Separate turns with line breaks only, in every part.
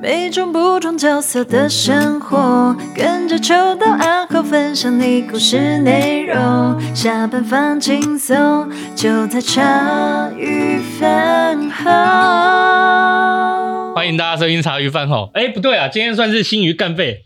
每种不同角色的生活，跟着秋到暗号分享你故事内容。下班放轻松，就在茶余饭后。
欢迎大家收听茶余饭后。哎，不对啊，今天算是新鱼干贝。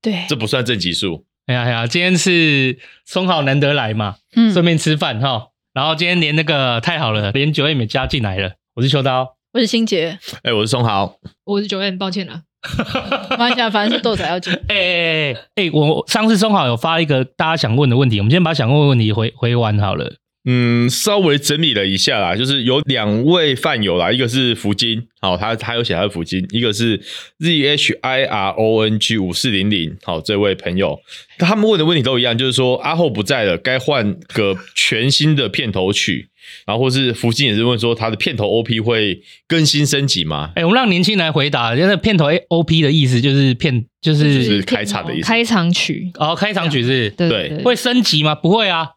对，
这不算正极数，
哎呀哎呀，今天是松好难得来嘛，
嗯
顺便吃饭哈。然后今天连那个太好了，连九 M 也加进来了。我是秋刀，
我是心杰，
哎、我是松豪，
我是九 N，抱歉了。
没啊关系啊，反正是豆仔 要进。
哎哎哎哎，我上次松好有发一个大家想问的问题，我们先把想问的问题回回完好了。
嗯，稍微整理了一下啦，就是有两位饭友啦，一个是福金，好、他他有写他的福金，一个是 Z H I R O N G 五四零零，好，这位朋友，他们问的问题都一样，就是说阿后不在了，该换个全新的片头曲，然后或是福金也是问说他的片头 O P 会更新升级吗？
哎，我们让年轻人来回答，就是片头 A O P 的意思就是片就
就是
是
开场的意思，
开场曲，
哦开场曲是
对
对
对，
会升级吗？不会啊，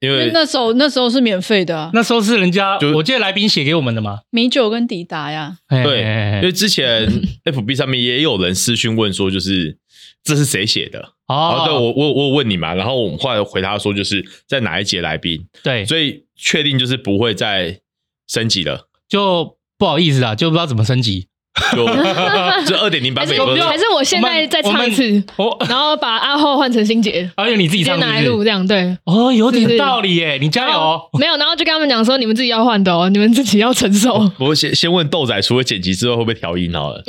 因
因为
为
那时候那时候是免费的、啊，
那时候是人家
就
我记得来宾写给我们的嘛。
米酒跟迪达呀，
哎
对，
哎哎哎
因为之前 F B 上面也有人私讯问说，就是这是谁写的？
哦
哦，，对我我我有问你嘛，然后我们后来回答说就是在哪一节来宾，
对，
所以确定就是不会再升级了，
就不好意思啊，就不知道怎么升级。
就这二点零版
还
本
是
也不
还是我现在再唱一
我
次，
我，
哦
然后把阿后换成心杰，
而且啊你自己
直接
唱是
拿
不
来
是
录这样对。
哦，有
是不
点
是
道理耶，你加油哦！
没有，然后就跟他们讲说，你们自己要换的哦，你们自己要承受。
我先先问豆仔，除了剪辑之外，会不会调音好了？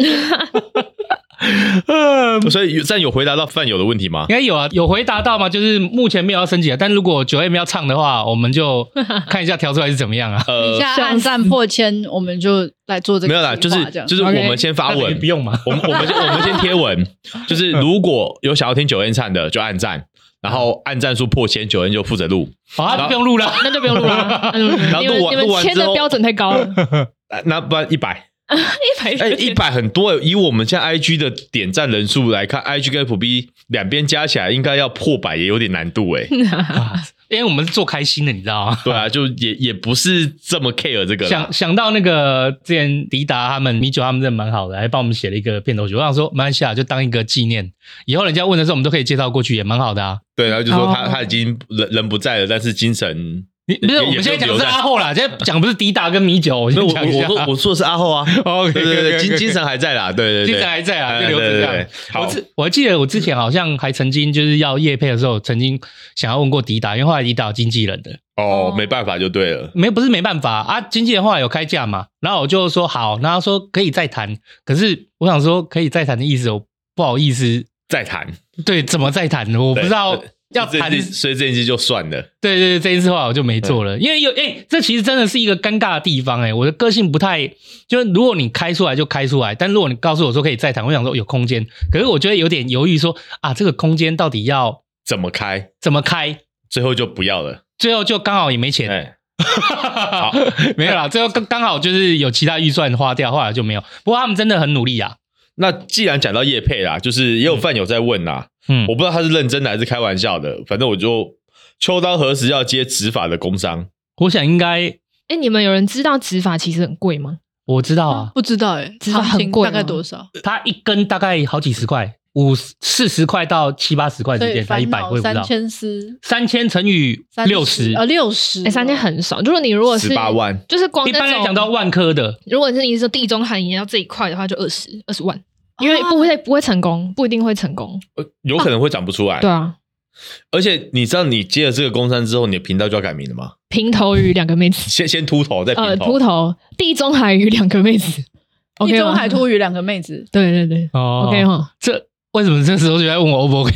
所以有这样有回答到饭友的问题吗？
应该有啊，有回答到吗？就是目前没有要升级啊，但如果九 M 要唱的话，我们 就看一下调出来是怎么样啊。
一
呃，
下按赞破千，我们就来做这个
没有啦，
计
就
划
是
这样
就是我
OK，
们先发
那等于
文
不，用嗯嘛。
我们我们先我们先贴文，就是如果有想要听九恩唱的，就按赞，然后按赞数破千，九恩就负责录。
好啊，不用录了。
那就不用录 了，那就不用
然后
录你们
录完
你们
录完
签
之
的
后
标准太高了，
啊那不然一百，
一百
哎，一百很多欸。以我们现在 IG 的点赞人数来看，IG 跟 FB 两边加起来应该要破百，也有点难度 哎。
啊因为我们是做开心的，你知道吗？
对啊，就也也不是这么 care 这个啦
想。想到那个之前迪达他们、米酒他们真的蛮好的，还帮我们写了一个片头曲。我想说，马来西啊亚就当一个纪念，以后人家问的时候，我们都可以介绍过去，也蛮好的啊。
对，然后就说他
哦
他已经人人不在了，但是精神。
你不
也
是
也
我们现在讲的是
不用留在
阿后啦，现在讲不是迪达跟米酒，我
没
先
有我
讲一
我
下。
说我说的是阿后 啊，
OK，
对对对，精精神还在啦，对对对，
精神还在啊，
哎
就留着这
对
样
对对。
我
好
之我还记得我之前好像还曾经就是要夜配的时候，曾经想要问过迪达，因为后来迪达有经纪人的，
哦，没办法就对了。
没不是没办法啊，经纪人后来有开价嘛，然后我就说好，然后他说可以再谈，可是我想说可以再谈的意思，我不好意思，
再谈，
对，怎么再谈，我不知道
对
要谈
这件事所以这件事就算了。
对对对，这一次话我就没做了，因为有哎、这其实真的是一个尴尬的地方哎、我的个性不太，就是如果你开出来就开出来，但如果你告诉我说可以再谈，我想说有空间，可是我觉得有点犹豫说啊，这个空间到底要
怎么开，
怎么开？
最后就不要了。
最后就刚好也没钱，
哎，
好没有啦，最后刚刚好就是有其他预算花掉，后来就没有。不过他们真的很努力啊，
那既然讲到叶配啦，就是也有饭友在问啦，
嗯
我，不知道他是认真的还是开玩笑的，反正我就秋刀何时要接执法的工伤？
我想应该
哎，你们有人知道植发其实很贵吗？
我知道啊，
不知道哎、
知道
行情
哦很贵
大概
吗
多少？
它一根大概好几十块，五四十块到七八十块
所
之
以
间，才一
烦
百
恼
我也不知
三
道。
千四
三千乘以
三
六十，
啊，六十
哎，三千很少。就是你如果是
十八，万，
就是光
一般
哦那
来
种
讲都要万颗的，
如果是你是地中海你要这一块的话，就二十二十万，因为不会不会成功，不一定会成功。
呃有可能会长不出来。
哦对啊，
而且你知道你接了这个工伤之后，你的频道就要改名了吗？
平头鱼两个妹子，
先先秃头，再
呃，
平
秃
头。
头，地中海鱼两个妹子，
地
OK 哦
中
吗
海秃鱼两个妹子，
对对对
哦
，OK 哈，
这为什么这时候就在问我 O 不 OK？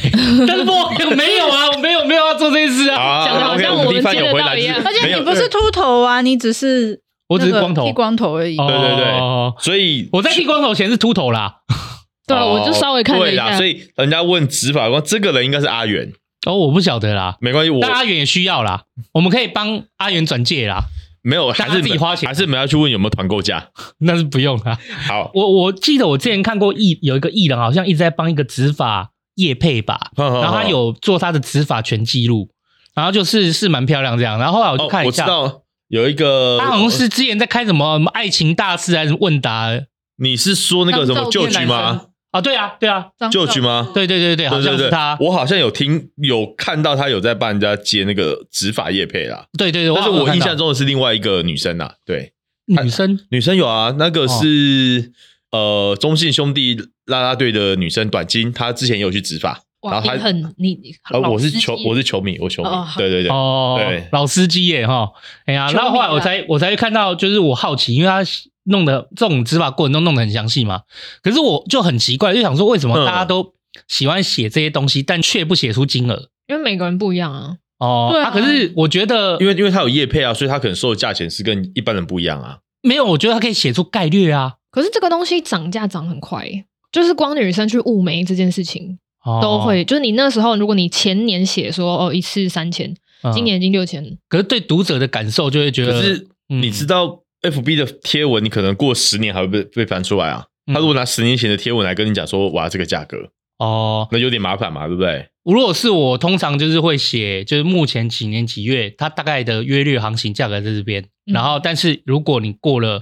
但是不 OK，没有啊，我没有没有要做这件事啊，
啊
讲得好
OK，
像
我
我们
地饭友
接得
回
到
来
一
是
样
而
没
且
有
你不是秃头啊，你只是
我只是
那个
光头
剃光头而已。
哦
对对对
哦
所以
我在剃光头前是秃头啦。
对啊，
哦
我就稍微看了
对
一
啦，
下
所，以人家问执法官，这个人应该是阿远，
哦，我不晓得啦，
没关系，我
但阿元也需要啦，我们可以帮阿元转介啦，
没有，
但
还
他
是
自己
你们
花钱
还是我们要去问有没有团购价。
那是不用啦。
好，
我我记得我之前看过艺有一个艺人，好像一直在帮一个执法叶配吧，
然
然后他有做他的执法全记录，然后就是是蛮漂亮这样，然后后来我就看
哦，
一
我知
下，
道有一个，
他好像是之前在开什么什么爱情大师还是什么问答，
你是说那个什么
张
旧
照片
局
男
吗
生？？啊，对啊，对啊，
张
旧
照
局吗？
对对对对，好像
对
是
对
他，
对，我好像有听有看到他有在帮人家接那个执法业配啦，
对对对，
但是
我
我印象
中
中的是另外一个女生啦，对，
女生
女生有啊，那个是、呃中信兄弟啦啦队的女生短金，她之前也有去执法，然后
哇，你
她
很你你
啊，
老
我是
司
球
机
我是球迷，我球迷，
哦好
对对对，
哦
对，
老司机耶哈，哎呀，
球迷
然后后来我
啦
才我才看到，就是我好奇，因为他弄的这种执法过程都弄得很详细嘛，可是我就很奇怪，就想说为什么
嗯
大家都喜欢写这些东西，但却不写出金额
因为每个人不一样啊。
哦？
对啊
可是我觉得
因为因为她有业配啊，所以她可能收的价钱是跟一般人不一样啊。
没有，我觉得他可以写出概率啊，
可是这个东西涨价涨很快、欸就是光女生去雾眉这件事情
哦
都会，就是你那时候如果你前年写说哦一次三千，
嗯
今年已经六千，
可是对读者的感受就会觉得，
可是
嗯
你知道 FB 的贴文，你可能过十年还会被被翻出来啊。
嗯
他如果拿十年前的贴文来跟你讲说，哇，这个价格，
哦，
那有点麻烦嘛，对不对？
如果是我，通常就是会写，就是目前几年几月，它大概的约略行情价格在这边。
嗯
然后，但是如果你过了，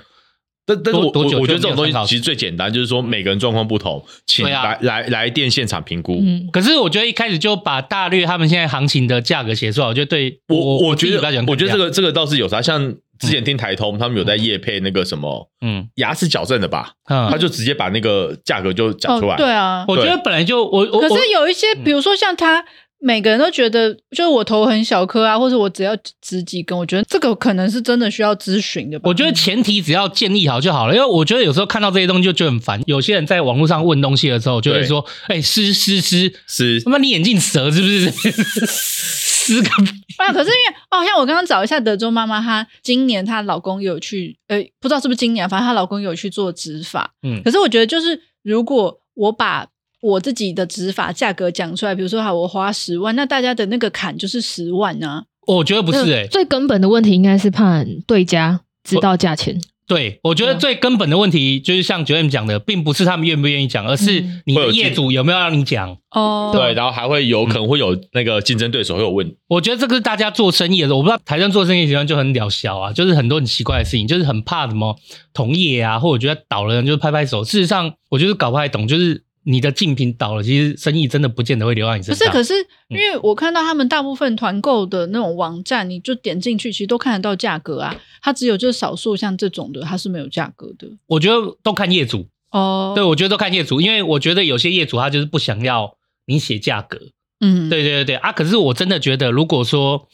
但但是我
多多
我
久
我觉得
就
这
没有
种东西
参考
其实最简单，就是说每个人状况不同，请
对啊
来来来电现场评估。
嗯，
可是我觉得一开始就把大略他们现在行情的价格写出来，我觉得对
我我
我
觉
自己比较喜
得
欢看
我觉得
样
这个这个倒是有啥，像之前听台通他们有在夜配那个什么
嗯
牙齿矫正的吧，他
嗯，
就直接把那个价格就讲出来。
哦，对啊。
我觉得本来就我我
可
我
是有一些，比如说像他，每个人都觉得，就是我头很小颗啊，或者我只要植几根，我觉得这个可能是真的需要咨询的吧。
我觉得前提只要建立好就好了，因
嗯
为我觉得有时候看到这些东西就觉得很烦。有些人在网络上问东西的时候，就会说：“哎，撕撕撕，
是
他妈你眼镜折是不是？ 撕个屁
啊，可是因为哦，像我刚刚找一下德州妈妈，她今年她老公有去，呃，不知道是不是今年，反正她老公有去做植发。
嗯
可是我觉得就是如果我把我自己的植发价格讲出来，比如说好，我花十万，那大家的那个坎就是十万啊。
我觉得不是哎、
那最根本的问题应该是怕对家知道价钱，
对，我
嗯
觉得最根本的问题就是像 j o m 讲的，并不是他们愿不愿意讲，而是
嗯
你
会
的
有
业
竞
主有没有让你讲。
哦
对，，然后还会有可能会有那个竞争对手会有问，
我觉得这个是大家做生意的时候，我不知道台上做生意的习惯就很屌小啊，就是很多很奇怪的事情，就是很怕什么同业啊，或者觉得倒了人就是拍拍手。事实上，我就是搞不太懂，就是你的竞品倒了，其实生意真的嗯不见得会留在你
不
身
是
上。，
可
是
是因为我看到他们大部分团购的那种网站，你就点进去，其实都看得到价格啊。它只有就是少数像这种的，它是没有价格的。
我觉得都看业主，
哦
对，我觉得都看业主，因为我觉得有些业主他就是不想要你写价格，
嗯，
对对对对啊！可是我真的觉得，如果说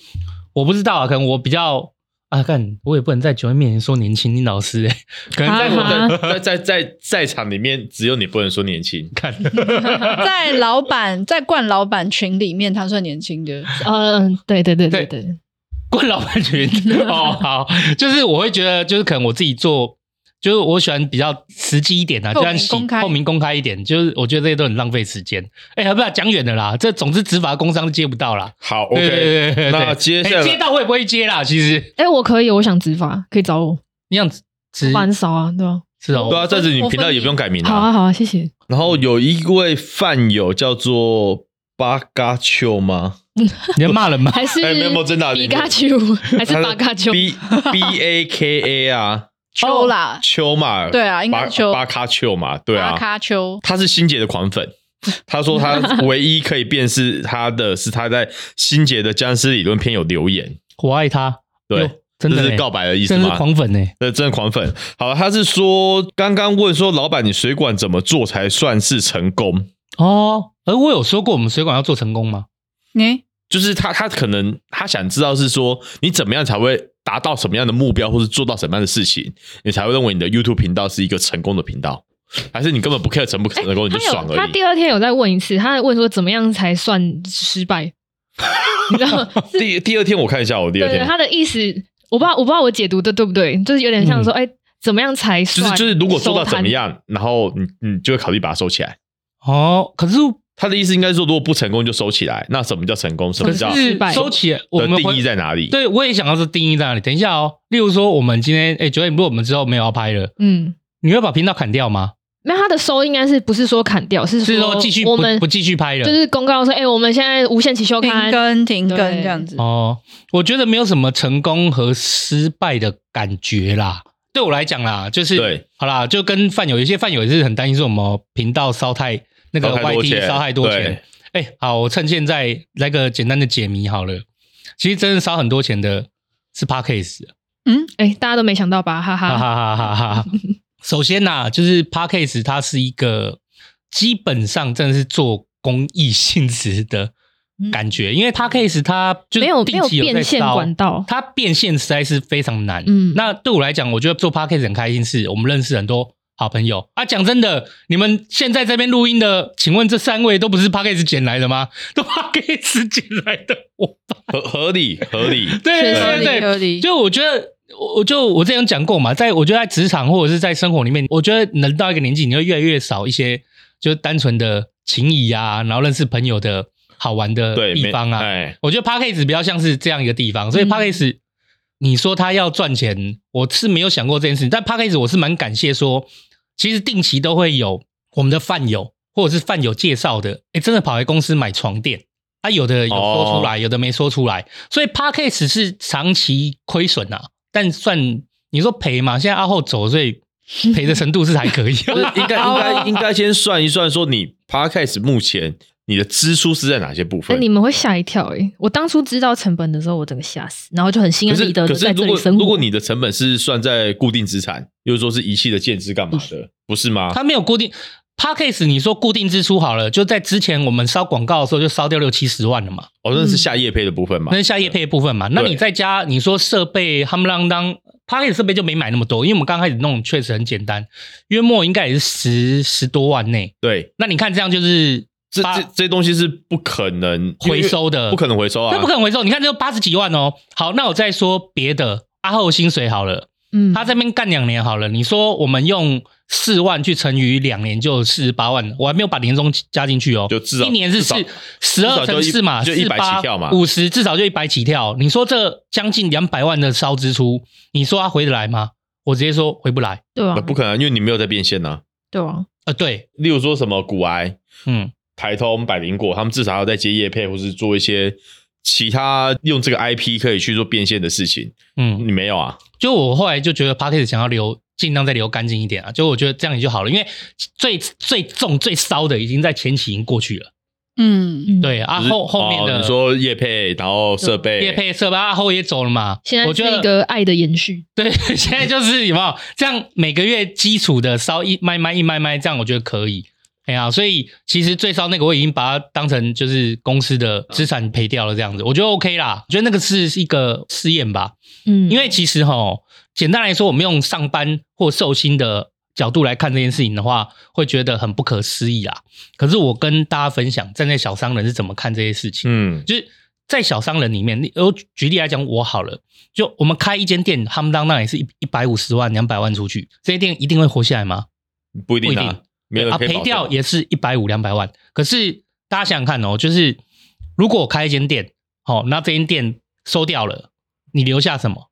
我不知道啊，可能我比较啊，看我也不能在九妹面前说年轻你老师、欸， 可能在我的、
啊哈
在在在在场里面只有你不能说年轻，
看，
在老板在冠老板群里面，他算年轻的。
嗯，对对对对
对
对，
关老板群
啊
哦，好，就是我会觉得，就是可能我自己做，就是我喜欢比较实际一点的、啊，
透
就像
明
洗
公开
透明公开一点，就是我觉得这些都很浪费时间。哎、要不要讲远了啦？这总之执法工商都接不到啦。
好
对对
，OK，
对对对
那接下来
哎接到我也不会接啦。其实
哎，我可以，我想植发，可以找我，
你想直
蛮少啊，对吧？
是哦，
对啊，这次你
我分
频道也不用改名
好啊，
啊。
好啊，谢谢。
然后有一位饭友叫做巴嘎丘吗？
你在骂人 吗？
还是
哎没有没有真的啊
皮
你
卡丘 还是
他
巴卡丘？
B B A K A 啊，
秋啦，
丘 嘛，
对啊应该
巴
是丘
巴嘎丘嘛，对
巴
啊，
卡丘，
他是心杰的 狂粉。他说他唯一可以辨识他的是他在心杰的僵尸理论篇有留言，
我爱他，
对
哟，真的
这是
欸
告白的意思
真是
吗？
狂粉欸呢、
呃，真的狂粉。好，他是说刚刚问说，老板你水管怎么做才算是成功？
哦，而我有说过我们水管要做成功吗？
你、
就是他他可能他想知道是说你怎么样才会达到什么样的目标，或是做到什么样的事情，你才会认为你的 YouTube 频道是一个成功的频道，还是你根本不 care 成不成功，你就
他有
爽
他
而已
第。二天有再问一次，他问说怎么样才算 失败？你知道吗？
第第二天我看一下，我第
对
二
对，
天
他的意思我不知道，我不知道我解读的对不对，就是有点像说，哎、怎么样才
嗯就
算？
是就是如果做到怎么？样，然后你你就会考虑把它收起来。
哦，可是
他的意思应该说，如果不成功就收起来，那什么叫成功？什
可
么叫
是
失败
收起来我
啊的
们
定义
回
在哪里？
对，我也想要是定义在哪里。等一下哦，例如说我们今天哎九点，如果我们之后没有要拍了，
嗯，
你会把频道砍掉吗？
那他的收应该是不是说砍掉，是
是说继续
我
不
们
不继续拍了？
就是公告说，哎、我们现在无限期休
停
刊。
更停更
对
这样子。
哦，我觉得没有什么成功和失败的感觉啦，对我来讲啦，就是
对
好啦，就跟饭友，有些饭友也是很担心说我们频道烧太那个
烧太多
YT
钱
烧太多钱
对。
哎、好，我趁现在来个简单的解谜好了。其实真的烧很多钱的是 Parkes，
哎，大家都没想到吧？哈
哈
哈，
哈哈哈哈。首先呐、就是 Parkes 它是一个基本上真的是做公益性质的感觉，因为 Parkes 它就是
嗯没有没
定期有在
变现
烧
管道，
它变现实在是非常难。
嗯
那对我来讲，我觉得做 podcast 很开心，是我们认识很多好朋友啊。讲真的，你们现在这边录音的，请问这三位都不是 podcast 捡来的吗？ 都 podcast 捡来的，我
合合理合理，
对对
确实
对对
合理
就我觉得。我我就我之前有讲过嘛，在我觉得在职场或者是在生活里面，我觉得能到一个年纪，你会越来越少一些就是单纯的情谊啊，然后认识朋友的好玩的
对
地方啊，
没 哎，
我觉得 p a c k a g e 比较像是这样一个地方，所以
嗯
p a c k a g e 你说他要赚钱，我是没有想过这件事情。但 p a c k a g e 我是蛮感谢说，其实定期都会有我们的饭友或者是饭友介绍的，哎，真的跑来公司买床垫，啊，有的有说出来，有的没说出来，所以 p a c k a g e 是长期亏损啊，但算你说赔嘛，现在阿后走了，所以赔的程度是还可以。
就是啊应该应该应该先算一算，说你 podcast 目前你的支出是在哪些部
哎，
分？
你们会吓一跳哎！我当初知道成本的时候，我整个吓死，然后就很心
可
安
是
理得
可
的
是
在这
如
里
果
生活。
如果你的成本是算在固定资产，又说是仪器的建制干嘛
嗯
的，不是吗？
它没有固定。p a c k a g e 你说固定支出好了，就在之前我们烧广告的时候就烧掉六七十万了嘛。
哦，
嗯
那是下叶配的部分嘛？
那是下叶配的部分嘛？那你在家，你说设备夯不啷当 p a c k e 设备就没买那么多，因为我们刚开始弄确实很简单，约莫应该也是十十多万内。
对，
那你看这样就是
这
八
这这东西是不可能
回收的
因为不可能回收啊，
这不可能回收，你看这八十几万哦。好，那我再说别的，阿后薪水好了，
嗯，
他这边干两年好了，你说我们用四万去乘以两年就四十八万，我还没有把年终加进去哦，
就至少
一年是
至少
四十
至
二
少就
乘
一
四嘛，
就
四
100
八
起跳嘛
五十至少就一百起跳。你说这将近两百万的烧支出，你说他回得来吗？我直接说回不来。
对啊
那，不可能，因为你没有在变现呐、啊。
对啊，
呃，对，
例如说什么骨癌、
嗯，
台通、百灵果，他们至少要在接叶配，或是做一些其他用这个 IP 可以去做变现的事情。
嗯，
你没有啊？
就我后来就觉得 p a c k e t 想要留，尽量再留干净一点啊。就我觉得这样也就好了，因为最最重最烧的已经在前期已经过去了。
嗯，
嗯，，
对啊，
就是
后后面
哦
的嗯
你说叶配，然后设备，
叶配社吧，啊后也走了嘛。
现在
我觉
是
得
一个爱的延续。
对，现在就是有没有这样每个月基础的烧一麦麦一麦麦，这样我觉得可以。哎呀、所以其实最烧那个我已经把它当成就是公司的资产赔掉了，这样子我觉得 OK 啦。我觉得那个是一个试验吧，
嗯，
因为其实哈，简单来说，我们用上班或寿星的角度来看这件事情的话，会觉得很不可思议啊。可是我跟大家分享，站在小商人是怎么看这些事情。
嗯，
就是在小商人里面，你我举例来讲，我好了，就我们开一间店，他们当当也是一一百五十万、两百万出去，这些店一定会活下来吗？
不一定
不一
啊
定，
没有人
啊，
可以
赔
保证
掉也是一百五、两百万。可是大家想想看哦，就是如果我开一间店，好、那这间店收掉了，你留下什么？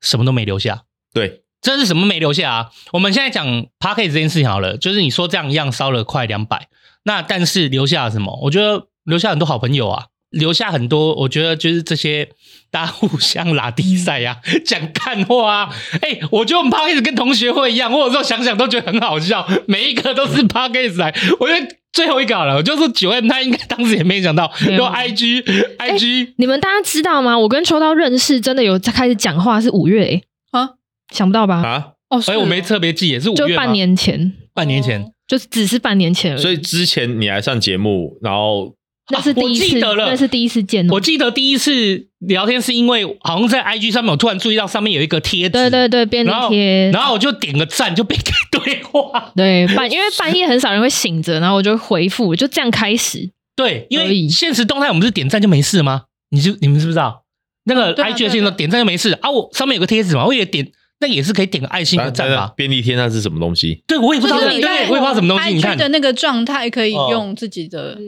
什么都没留下。
对，
这是什么没留下啊？我们现在讲 p a c k a g e 这件事情好了，就是你说这样一样烧了快两百，那但是留下了什么？我觉得留下很多好朋友啊，留下很多，我觉得就是这些大家互相拉低赛呀、啊， 讲干话啊。哎、我觉得我们 p a c k a g e 跟同学会一样，我有时候想想都觉得很好笑，每一个都是 p a c k a g e 来。我觉得最后一个好了，我就是九 M，他应该当时也没想到，
没有
有 IG IG、
你们大家知道吗？我跟秋刀认识，真的有开始讲话是五月哎、
啊，
想不到吧？
啊，
哦，
哎、
是
我没特别记，也是五
就
月吗
半年前，
半年前。
就是只是半年
呃
前而已，
所以之前你来上节目，然后
那是第一
啊我
次，
记得了
那是第一次见哦
我。记得第一次聊天是因为好像在 IG 上面，我突然注意到上面有一个贴纸，
对对对，便利
然后
贴，
然后我就点个赞，就被 对话。
对半，因为半夜很少人会醒着，然后我就回复，就这样开始。
对，因
可
为
以
现实动态我们不是点赞就没事吗？你就你们知不知道那个
对啊
IG 的
对啊
现实
对
动
啊
态点赞就没事啊？我上面有个贴纸嘛，我也点，那也是可以点个爱心和赞
啊
吧？
便利贴那是什么东西？
对，我也不知道，
就
对，
是你在
我也不知道什么东西。你
IG
看
的，那个状态可以
哦
用自己的，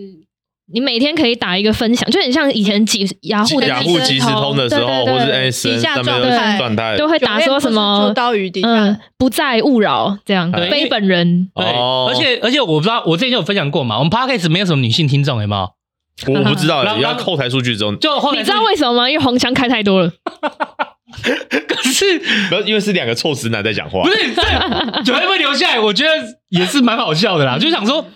你每天可以打一个分享，就很像以前几雅虎的
雅
即
虎
时
即时通的时候，
对对
或是哎
对
S
底下
上面
状态
的状态，
都会打说什么
秋刀鱼底
嗯
下，
不在勿扰这样，
哎
对
非本人
对，
哦
而且而且我不知道，我之前就有分享过嘛，我们 Podcast 没有什么女性听众，有没有？
我我不知道
然后，
要后台数据之后，
就后来
你知道为什么吗？因为红墙开太多了，
可 是
不要，因为是两个臭直男在讲话
不。是这 九月会留下来，我觉得也是蛮好笑的啦。就想说，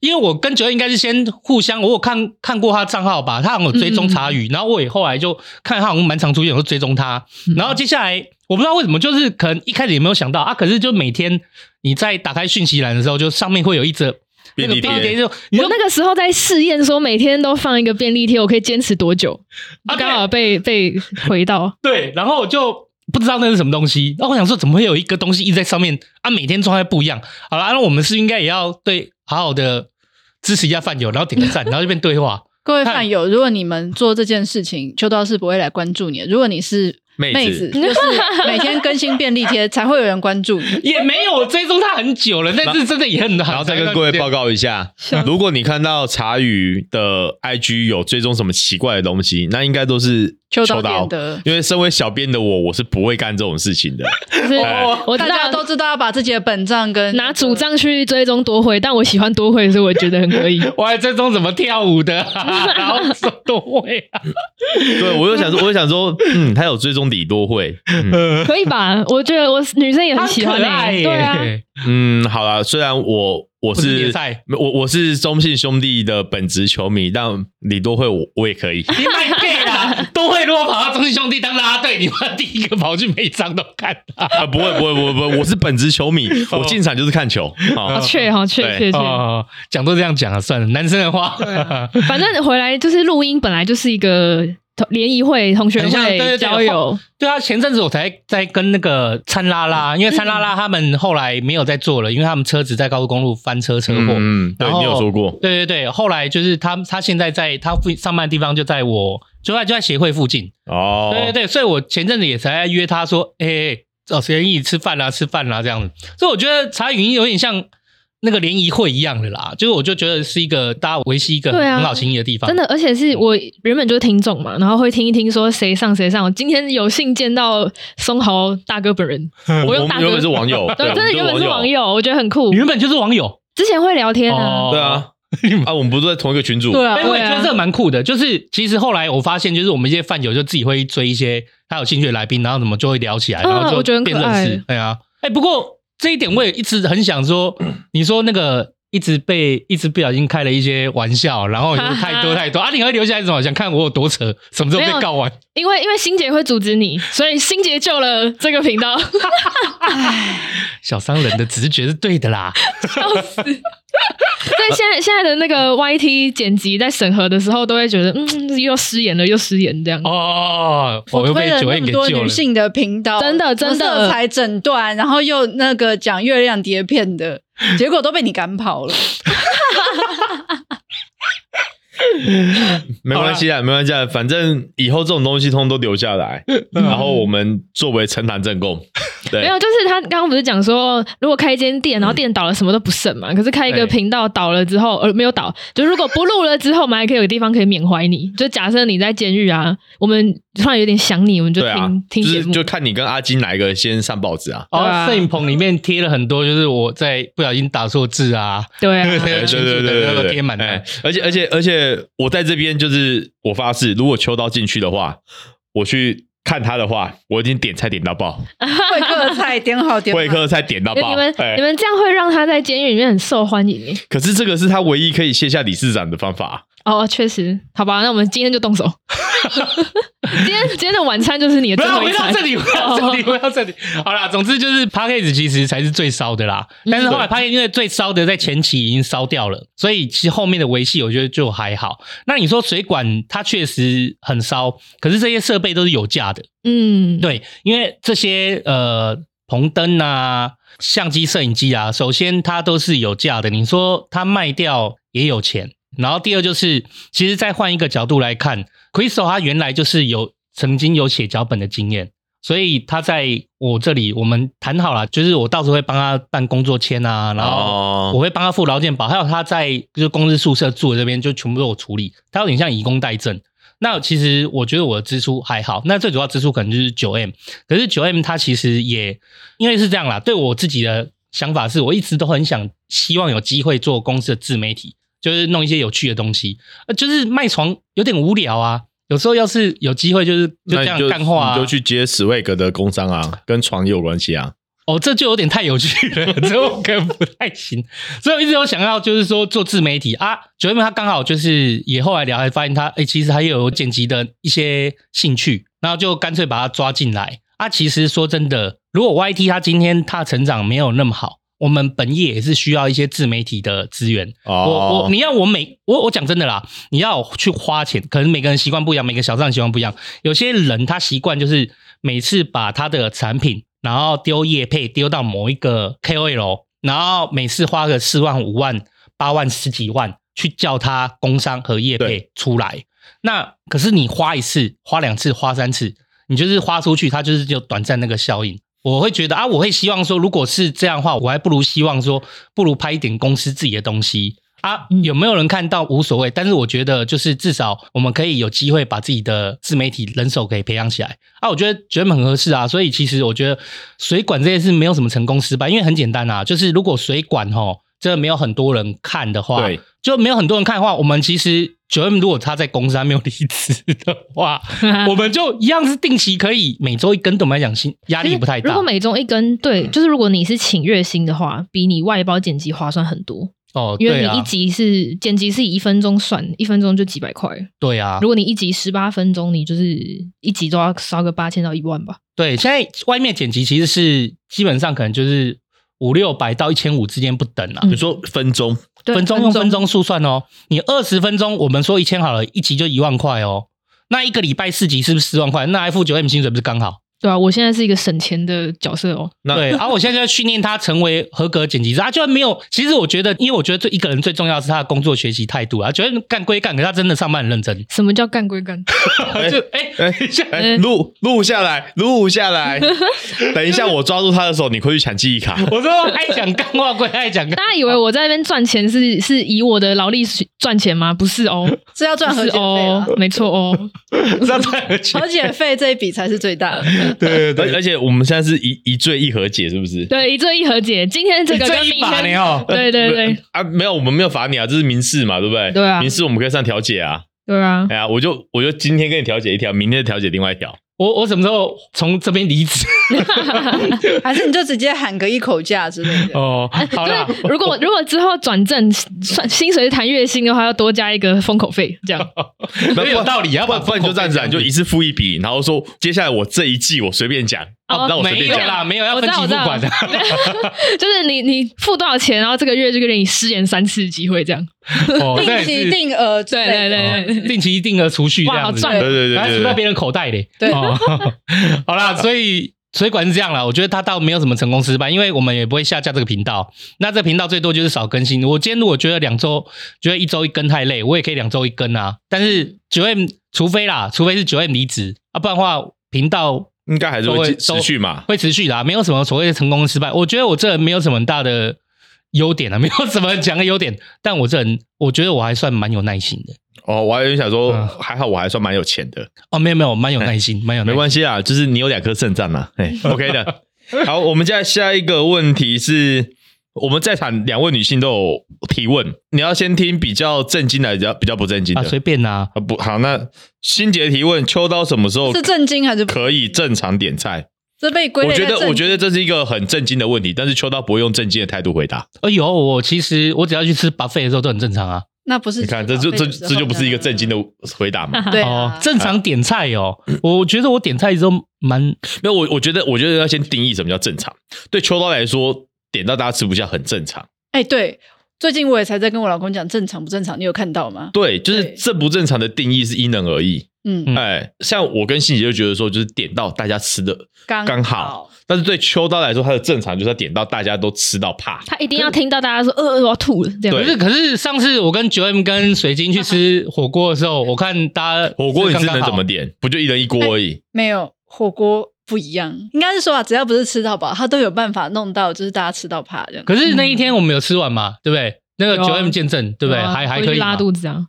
因为我跟九月应该是先互相，我有看看过他账号吧，他好像有追踪茶语，然后我也后来就看他好像蛮常出现，我就追踪他。然后接下来我不知道为什么，就是可能一开始也没有想到啊，可是就每天你在打开讯息栏的时候，就上面会有一则那
便
个
利贴
便利贴，就你
我
就
那个时候在试验，说每天都放一个便利贴，我可以坚持多久？
啊对
就刚好被被回到
对，然后我就不知道那是什么东西。那我想说，怎么会有一个东西一直在上面啊？每天状态不一样。好啦，那我们是应该也要对好好的支持一下饭友，然后点个 赞，然后这边对话。
各位饭友，如果你们做这件事情，秋刀是不会来关注你的。如果你是
妹子
妹子，就是每天更新便利贴，才会有人关注 你。
也没有我追踪他很久了，但是真的也很
然
然
后再跟各位报告一下，
啊
如果你看到茶语的 IG 有追踪什么奇怪的东西，那应该都是
秋刀
刀
店的，
因为身为小编的我，我是不会干这种事情的。
就是
哦
我知
大家都
道
知道要把自己的本账跟
拿主账去追踪夺回，但我喜欢夺回，所以我觉得很可以。
我还追踪怎么跳舞的、啊， 然后什么都会、啊。
对，我就想说，我就想说，嗯，他有追踪李多惠，嗯
可以吧？我觉得我女生也很喜欢
他很可
欸
爱耶
对啊，
嗯，好啦，虽然我我
不是
是
联赛
我我是中信兄弟的本职球迷，但李多惠我我也可 以。
你卖 gay 啦！都会如果跑到中信兄弟当啦啦啊队，你妈第一个跑去每一张都看他。
啊，不会不会不会不会，我是本职球 迷，我进场就是看球。
好
啊，
确好确
对
确确。
哦，讲都这样讲啊，算了，男生的话，
对啊 反正回来就是录音，本来就是一个同联谊会、同学
很像对对对
会、交友，
对啊，前阵子我才在跟那个灿拉
嗯
拉，因为灿拉拉他们后来没有再做了，因为他们车子在高速公路翻车车祸。
嗯，嗯对
然后
你有说过，
对对对，后来就是他他现在在他附上班的地方就在我就在就在协会附近。
哦，
对对对，所以我前阵子也才约他说，哎、欸，找谁一起吃饭啦、吃饭啦、这样子。所以我觉得茶语音有点像那个联谊会一样的啦，就是我就觉得是一个大家维系一个
对啊
很好情谊的地方。
真的，而且是我原本就是听众嘛，然后会听一听说谁上谁上。我今天有幸见到松豪大哥本人，我
我
用
们
大
原
哥
本是网友， 啊
对，
我
真
们
的
都
原本是网
网，
友，我觉得很酷
你。原本就是网友，
之前会聊天啊，
哦
对啊，啊，我们不是在同一个群组，
对啊
哎，，我也觉
对
得
啊
这蛮酷的。就是其实后来我发现，就是我们一些饭友就自己会追一些他有兴趣的来宾，然后怎么就会聊起来，
嗯
然后
我觉得
就
很
变
可爱
认识。对啊，哎，不过这一点我也一直很想说，你说那个一直被一直不小心开了一些玩笑，然后就是太多太 多啊，你会留下一种想看我有多扯，什么时候
没
被
有
告完？
因为因为欣姐会阻止你，所以欣姐救了这个频 道。
小商人的直觉是对的 啦。
所以现在现在的那个 YT 剪辑在审核的时候，都会觉得嗯，又失言了，又失言这样。
哦，我又
推
被
了
九
那
位
么
给
多
救
女
了。
性的频道，
真的真
什
的
么色彩诊断，然后又那个讲月亮碟片的，结果都被你赶跑了。
没关系啊，没关系啊，反正以后这种东西通通都留下来，然后我们作为陈坛正供，
没
对
有，，就是他刚刚不是讲说，如果开一间店，然后店倒了，什么都不剩嘛。可是开一
对
个频道倒了之后，呃，没有倒，就如果不录了之后，我们还可以有个地方可以缅怀你。就假设你在监狱啊，我们突然有点想你，我们就
对
听、
啊，
听
就
节
是
目。
就看你跟阿金哪一个先上报纸 啊，
然
对
后
啊
哦摄影棚里面贴了很多，就是我在不小心打错字啊，
对啊，
对
对对对对
那
对，
个贴满的
哎而且而且而且，我在这边就是我发誓，如果秋刀进去的话，我去看他的话，我已经点菜点到爆，
会客菜点好点
会
满，
客菜点到爆
你们、。
哎
你们这样会让他在监狱里面很受欢迎欸耶。
可是这个是他唯一可以卸下理事长的方法。
哦，确实，好吧，那我们今天 就动手。今天今天的晚餐就是你的
不
最
要
后
回
一
到
餐
这。里，回到这里，回到这里。好啦，总之就是 p a c k a g e 其实才是最烧的啦。但是后来 p a c k a g e 因为最烧的在前期已经烧掉了，所以其实后面的维系我觉得就还好。那你说水管它确实很烧，可是这些设备都是有价的，
嗯，
对，因为这些呃红灯啊、相机、摄影机啊，首先它都是有价的，你说它卖掉也有钱。然后第二就是，其实再换一个角度来看，Crystal 他原来就是有曾经有写脚本的经验，所以他在我这里我们谈好了，就是我到时候会帮他办工作签啊，然后我
哦，
会帮他付劳健保，还有他在就是公司宿舍住的这边，就全部都有处理。他有点像以工代政。那其实我觉得我的支出还好，那最主要支出可能就是九 M，可是九 M 它其实也因为是这样啦，对我自己的想法是我一直都很想希望有机会做公司的自媒体，就是弄一些有趣的东西，呃，就是卖床有点无聊啊。有时候要是有机会，就是就
那
这
你
样
就
干话、啊，
你就去接史威格的工伤啊，跟床也有关系啊。
哦，这就有点太有趣了， 这我可能不太行。所以我一直有想要，就是说做自媒体啊。九妹妹她刚好就是也后来聊，还发现她哎、诶其实她也有剪辑的一些兴趣，然后就干脆把她抓进来。啊，其实说真的，如果 YT 她今天她成长没有那么好，我们本业也是需要一些自媒体的资源。我
哦
我，你要我每我我讲真的啦，你要我去花钱，可能每个人习惯不一样，每个小站习惯不一样。有些人他习惯就是每次把他的产品，然后丢业配丢到某一个 KOL，然后每次花个四万、五万、八万、十几万去叫他工商和业配出来。那可是你花一次、花两次、花三次，你就是花出去，它就是只有短暂那个效应。我会觉得啊，我会希望说，如果是这样的话，我还不如希望说，不如拍一点公司自己的东西啊。
嗯
有没有人看到无所谓，但是我觉得就是至少我们可以有机会把自己的自媒体人手给培养起来啊。我觉得觉得很合适啊，所以其实我觉得水管这件事没有什么成功失败，因为很简单啊，就是如果水管吼真的没有很多人看的话，
对，
就没有很多人看的话，我们其实九 M 如果他在公司还没有离职的 话，我们就一样是定期可以每周一根，对我们来讲心压力不太大。
如果每中一根，对，就是如果你是请月薪的话，比你外包剪辑划算很多，
哦，
因为
对啊
你一集是剪辑是以一分钟算，一分钟就几百块。
对啊
如，果你一集十八分钟，你就是一集都要烧个八千到一万吧。
对，现在外面剪辑其实是基本上可能就是五六百到一千五之间不等啊。
嗯
你说分钟
对啊
分钟用分钟速算哦，你二十分钟，我们说一千好了，一集就一万块哦。那一个礼拜四集是不是四万块？那 F 九 M 薪水不是刚好？
对啊，我现在是一个省钱的角色哦。
那
对，而、啊我现在就要训练他成为合格剪辑师。他居然没有，其实我觉得，因为我觉得最一个人最重要的是他的工作学习态度啊。觉得干归干，可是他真的上班很认真。
什么叫干 归干？
就哎、
哎哎，录录下来，录下来。等一下我抓住他的时候，你会去抢记 忆卡。
我说爱讲干话归爱讲干
大家以为我在那边赚钱是是以我的劳力赚钱吗？不 是哦，
是要赚
不
和
是
解费
哦
啊
啦，，
没错哦。
话，赚而且
和解费这一笔才是最大的。
对对，而且我们现在是一一罪一和解，是不是？
对，一这一和解，今天这个
这
跟
一
明
把
天
呢，哦，
对对对
啊，没有，我们没有罚你啊，这是民事嘛，对不对？
对啊
民事我们可以上调解啊。
对啊，
哎呀，我就我就今天跟你调解一条，明天调解另外一条。
我我什么时候从这边离职？
还是你就直接喊个一口价之类的。
哦，好啦，
就是如果如果之后转正算薪水是谈月薪的话，要多加一个封口费，这样
那
没有道理啊，
不然不然你就这样子啊，你就一次付一笔，然后说接下来我这一季我随便讲，
哦
啊，那我随
没
便
有
讲。
啦，没有要分期
我
付
知道
款的。
就是你你付多少钱，然后这个月就给你失言三次的机会，这样。
哦，这
定
也
期
是
定额之
对
类的，
对对对，
哦定期定额储蓄这
哇，好
样子。
赚
对。对
把它
对
存
对
到
对，
别人口袋里。
对
哦、 好啦，所以水管是这样啦，我觉得它倒没有什么成功失败，因为我们也不会下架这个频道。那这频道最多就是少更新。我今天如果觉得两周，觉得一周一更太累，我也可以两周一更啊。但是九 M，除非啦，除非是九 M 离职啊，不然的话频道
应该还是
都
会
会
继持续嘛。
会持续的、啊，没有什么所谓的成功失败。我觉得我这人没有什么很大的优点啊，没有什么讲的优点，但我这人我觉得我还算蛮有耐心的。
哦，我还有想说
嗯，
还好我还算蛮有钱的，
哦，没有没有，蛮有耐心，蛮有耐
没
心。
关系啊，就是你有两颗肾脏嘛，哎，OK 的。好，我们现在下一个问题是。我们在场两位女性都有提问，你要先听比较震惊的，还是比较比较不震惊的。
啊，随便啊。
啊不好，那心杰提问：秋刀什么时候
是震惊还是不
哦可以正常点菜？
这被归
我
类
觉
在
得，
震
我觉得这是一个很震惊的问题，但是秋刀不会用震惊的态度回答。
哎呦，我其实我只要去吃 buffet 的时候都很正常啊。
那不是啊
你看，这就这这就不是一个震惊的回答嘛？
对
哦
啊，，
正常点菜哦。我觉得我点菜都蛮
没有，我我觉得，我觉得要先定义什么叫正常。对秋刀来说，点到大家吃不下很正常。
哎对。最近我也才在跟我老公讲正常不正常，你有看到吗？
对，就是
对
正不正常的定义是因人而异。
嗯，
嗯
哎，像我跟欣姐就觉得说，就是点到大家吃的
刚
刚好，但是对秋刀来说，它的正常就是要点到大家都吃到怕。
他一定要听到大家说，呃，我要吐了这样。
可
对
是可是上次我跟九 M 跟水晶去吃火锅的时候，我看大家
火锅你是能怎么
点？
点？不就一人一锅而已？
没有火锅不一样，应该是说啊，只要不是吃到饱，他都有办法弄到，就是大家吃到怕这样。
可是那一天我们有吃完嘛，对不对？那个
有啊
九 M 见证，对不对？
啊
还还
回去
可以嘛
拉肚子啊。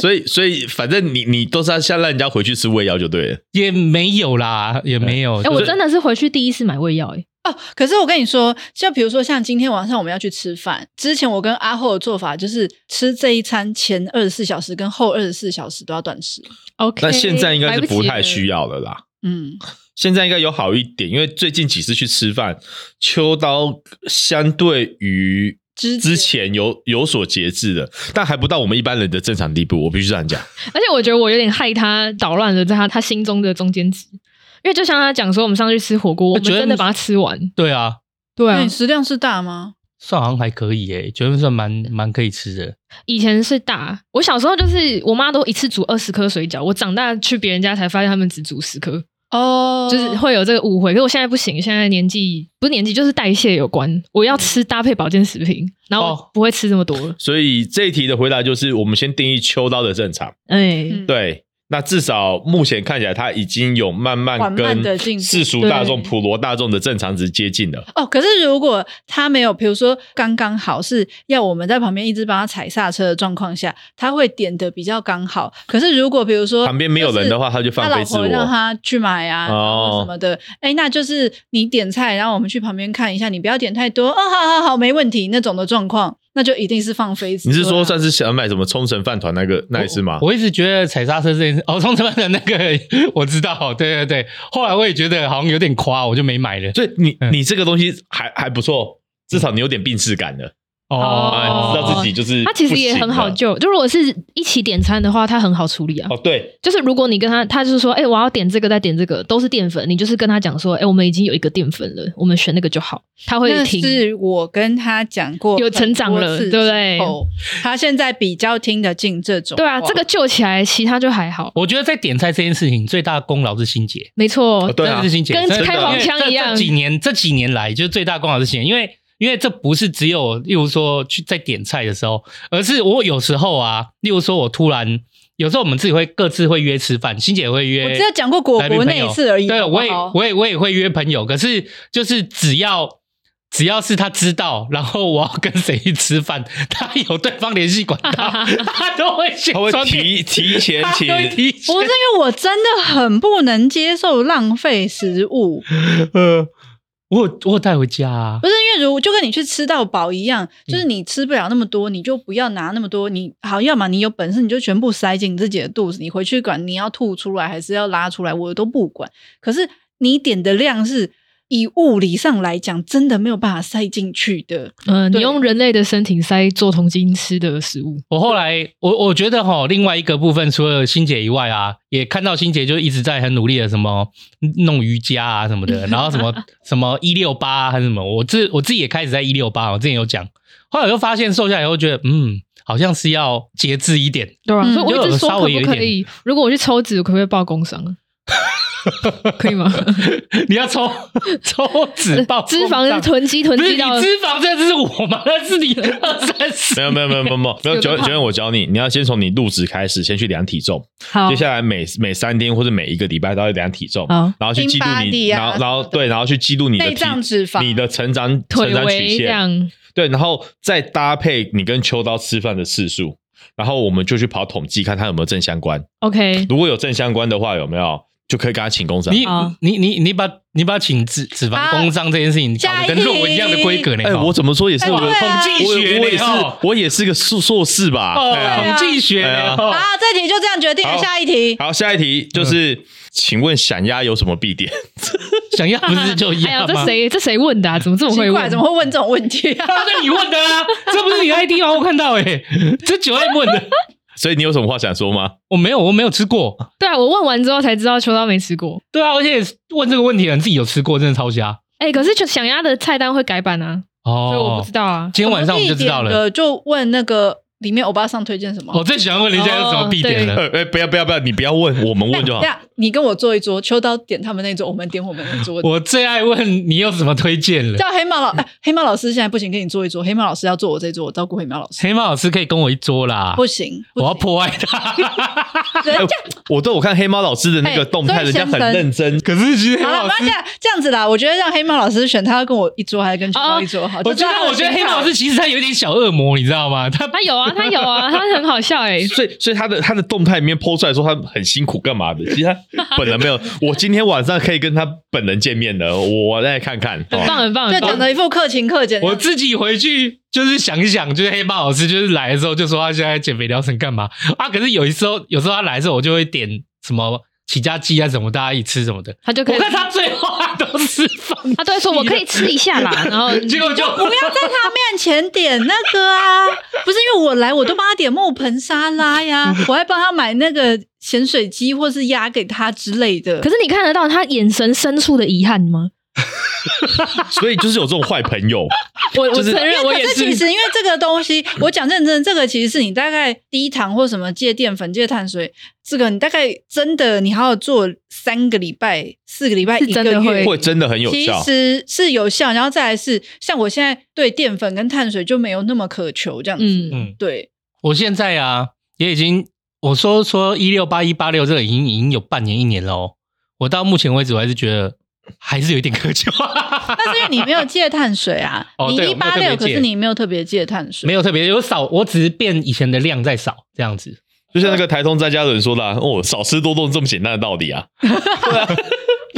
所以，所以反正你你都是要先让人家回去吃胃药就对了。
也没有啦，也没有。
哎，
就
我
是
真的是回去第一次买胃药，哎，
哦，可是我跟你说，就比如说像今天晚上我们要去吃饭，之前我跟阿后的做法就是吃这一餐前二十四小时跟后二十四小时都要断食。
OK，
但现在应该是不太需
要。
要了啦。
嗯，
现在应该有好一点，因为最近几次去吃饭，秋刀相对于
之前
之前有有所节制的，但还不到我们一般人的正常地步。我必须这样讲，
而且我觉得我有点害他捣乱了，在他他心中的中间值。因为就像他讲说，我们上去吃火锅，
我
哎
我们
觉得
真的把它吃完。
对啊，
对
那
啊
你，食量是大吗？
算好像还可以诶、觉得算蛮蛮可以吃的。
以前是大，我小时候就是我妈都一次煮二十颗水饺，我长大去别人家才发现他们只煮十颗，
哦，
就是会有这个误会。可是我现在不行，现在年纪不是年纪，就是代谢有关。我要吃搭配保健食品，然后
哦
我不会吃这么多了。
所以这一题的回答就是，我们先定义秋刀的正常。
哎，
嗯
对，那至少目前看起来，它已经有慢慢
缓慢地进
跟
步
世俗大众、
对
普罗大众的正常值接近了。
哦，可是如果他没有，比如说刚刚好是要我们在旁边一直帮他踩刹车的状况下，他会点的比较刚好。可是如果比如说
旁边没有人的话
呃就是
他就放
他
飞
老
自
婆让
我
他去买啊，
哦
然后什么的。哎，那就是你点菜，然后我们去旁边看一下，你不要点太多哦，好好好，没问题那种的状况，那就一定是放飞自
你
我啊。
是说上次想买什么冲绳饭团那个那一次吗？
我一直觉得踩刹车这件事，哦，冲车的那个我知道，对对对。后来我也觉得好像有点夸，我就没买了。
所以你
嗯
你这个东西还还不错，至少你有点病耻感了，哎
哦
知道自己就是
它其实也
不行
很好
了
救，就如果是一起点餐的话，它很好处理啊。
哦，对，
就是如果你跟他，他就是说，哎、我要点这个，再点这个，都是淀粉。你就是跟他讲说，哎、我们已经有一个淀粉了，我们选那个就好。他会
那
听，
是我跟他讲过
有成长
很多
了
次
对不对
之后？他现在比较听得进这种话。
对啊，这个救起来，其他就还好。
我觉得在点菜这件事情，最大功劳是欣姐，
没错
哦，对啊
真的是欣姐，
跟
真的
开黄
腔
因为
一样
这这几年这几年来，就是最大功劳是欣姐，因为因为这不是只有，例如说去在点菜的时候，而是我有时候啊，例如说我突然。有时候我们自己会各自会约吃饭，欣姐也会约。
我只有讲过果
来宾
国
朋
那
友
一次而已。
对，
好不
我也
好
我也我也会约朋友，可是就是只要只要是他知道，然后我要跟谁去吃饭，他有对方联系 管道，他都会先
他会
传给
提提 前
他
请
都会 提前
不是因为我真的很不能接受浪费食 物，
呃，我有我有带回家啊
不。是因为如就跟你去吃到饱一样，就是
嗯
你吃不了那么多，你就不要拿那么多，你好，要么你有本事你就全部塞进自己的肚子，你回去管你要吐出来还是要拉出来，我都不管。可是你点的量是以物理上来讲，真的没有办法塞进去的。
嗯、你
对
用人类的身体塞做同基因吃的食物，
我后来我我觉得哈，另外一个部分除了欣姐以外啊，也看到欣姐就一直在很努力的什么弄瑜伽啊什么的，然后什 么什么一六八啊还是什么，我自我自己也开始在一六八，我之前有讲，后来我就发现瘦下来以后觉得，嗯，好像是要节制一点，
对吧、啊
嗯
所以我一直说
就有稍
可
微有
不
一
可
点
以？如果我去抽脂，我可不可以报工伤？啊 可以吗？
你要抽抽脂爆
呃 脂肪是
膨胀
囤积囤
不是
积
你
到
脂肪这是我吗？那是你二三十
没。有没有没有没有没有没有，
有
九
的
九
胖
月我教你，你要先从你入职开始，先去量体重，
好
接下来每每三天或者每一个礼拜都要量体重，
好
然后去记录你，
Inbody 啊
然后然
什么
后
的
对，然后去记录你的
内
体
脏脂肪
你的成长成
腿
长
围
曲
这
线，
样，
对，然后再搭配你跟秋刀吃饭的次数，然后我们就去跑统计，看它有没有正相关。
OK，
如果有正相关的话，有没有就可以跟他请工伤。
你
好
你你你把你把请脂脂肪
啊
好
工伤这件事情搞
下
得
一
跟论文一样的规格呢？
哎、
哈
我怎么说也是
哎
我的、
对啊
统计
我
学
也
呢
我也是
哈
我也是个硕硕士吧。
哦，
对啊
啊
统计学
哎呀
哦
好，这题就这样决定了，
好
下一题。
好，下一题就是，请问闪压有什么必点？
想要不是就一
哎呀，
样
这
吗？
谁这谁问的啊？怎么这么会
奇怪，
问
怎？么会问这种问题啊？
啊，这你问的啊，这不是你的 ID 吗？我看到哎、 这九 M 问的，
所以你有什么话想说吗？
我没有，我没有吃过。
对啊，我问完之后才知道秋刀没吃过。
对啊，而且问这个问题的人自己有吃过，真的超瞎
哎、可是就想鸭的菜单会改版啊，所以我
哦
不知。道啊。
今天晚上我们就知道
必点
了。哦
的就问那个里面欧巴桑推荐什么？
我最喜欢问人家
哦
有什么必点
呃
了。，
哎，不要不要不要，你不要问，我们问就好
等。下你跟我坐一桌，秋刀点他们那桌，我们点我们那桌。
我最爱问你有什么推荐了。
叫黑猫老、 哎，黑猫老师现在不行，跟你坐一桌。黑猫老师要坐我这一桌，我照顾黑猫老师
黑猫老师可以跟我一桌啦，
不行。不
啊我要
行
破坏他。
人家
我都有看黑猫老师的那个动态，
哎
人
所以
家
先
很
生
认真。
可是 其实黑
好了，
猫老
不要
师
这，样这样子啦。我觉得让黑猫老师选，他要跟我一桌还是跟秋刀一桌好？
啊我
就知
觉
道他
得
的
我觉得
心
黑
态
猫老师其实他有点小恶魔，你知道吗？他
他有啊，啊，他有啊，他很好 笑哎、
所以，所以他的他的动态里面剖出来说他很辛苦干嘛的，其实他本人没 有。我今天晚上可以跟他本人见面了，我再看看。
很
哦
棒很棒
就
很
讲
棒。
的一副克勤克俭 的
我
样子。
自己回去就是想一想，就是黑豹老师就是来的时候就说他现在减肥疗程干嘛啊？可是有一时候，有时候他来的时候，我就会点什么起家鸡啊什么，大家一起吃什么的。
他就可
我
以，
看他最后他都是放，
他都会说我可以吃一下啦，然 后
结嗯果就
不要在他面前点那个啊！不是因为我来，我都帮他点木盆沙拉 呀，我还帮他买那个咸水鸡或是鸭给他之类 的。
可是你看得到他眼神深处的遗憾吗？
所以就是有这种坏朋 友，
我我
就是
承认我也
可是其
是，
实因为这个东西，我讲认真，这个其实是你大概低糖或什么戒淀粉、戒碳水，这个你大概真的你还要做三个礼拜、四个礼拜、
是
一个
真的
月
会
会真的很有
其
效。
实是有效，然后再来是像我现在对淀粉跟碳水就没有那么渴求这样子，
嗯
嗯
对，
我现在啊也已经我说说一六八一八六这个已经已经有半年一年了哦，我到目前为止我还是觉得还是有一点苛求， ，
但是因为你没有戒碳水啊
哦
你
对
一八
我没有特别
六，可
戒
是你没有特别戒碳水，
没有特别有少，我只是变以前的量在少这样子。
就像那个台通在家人说的、啊，哦，少吃多动这么简单的道 理啊，
选
对啊，对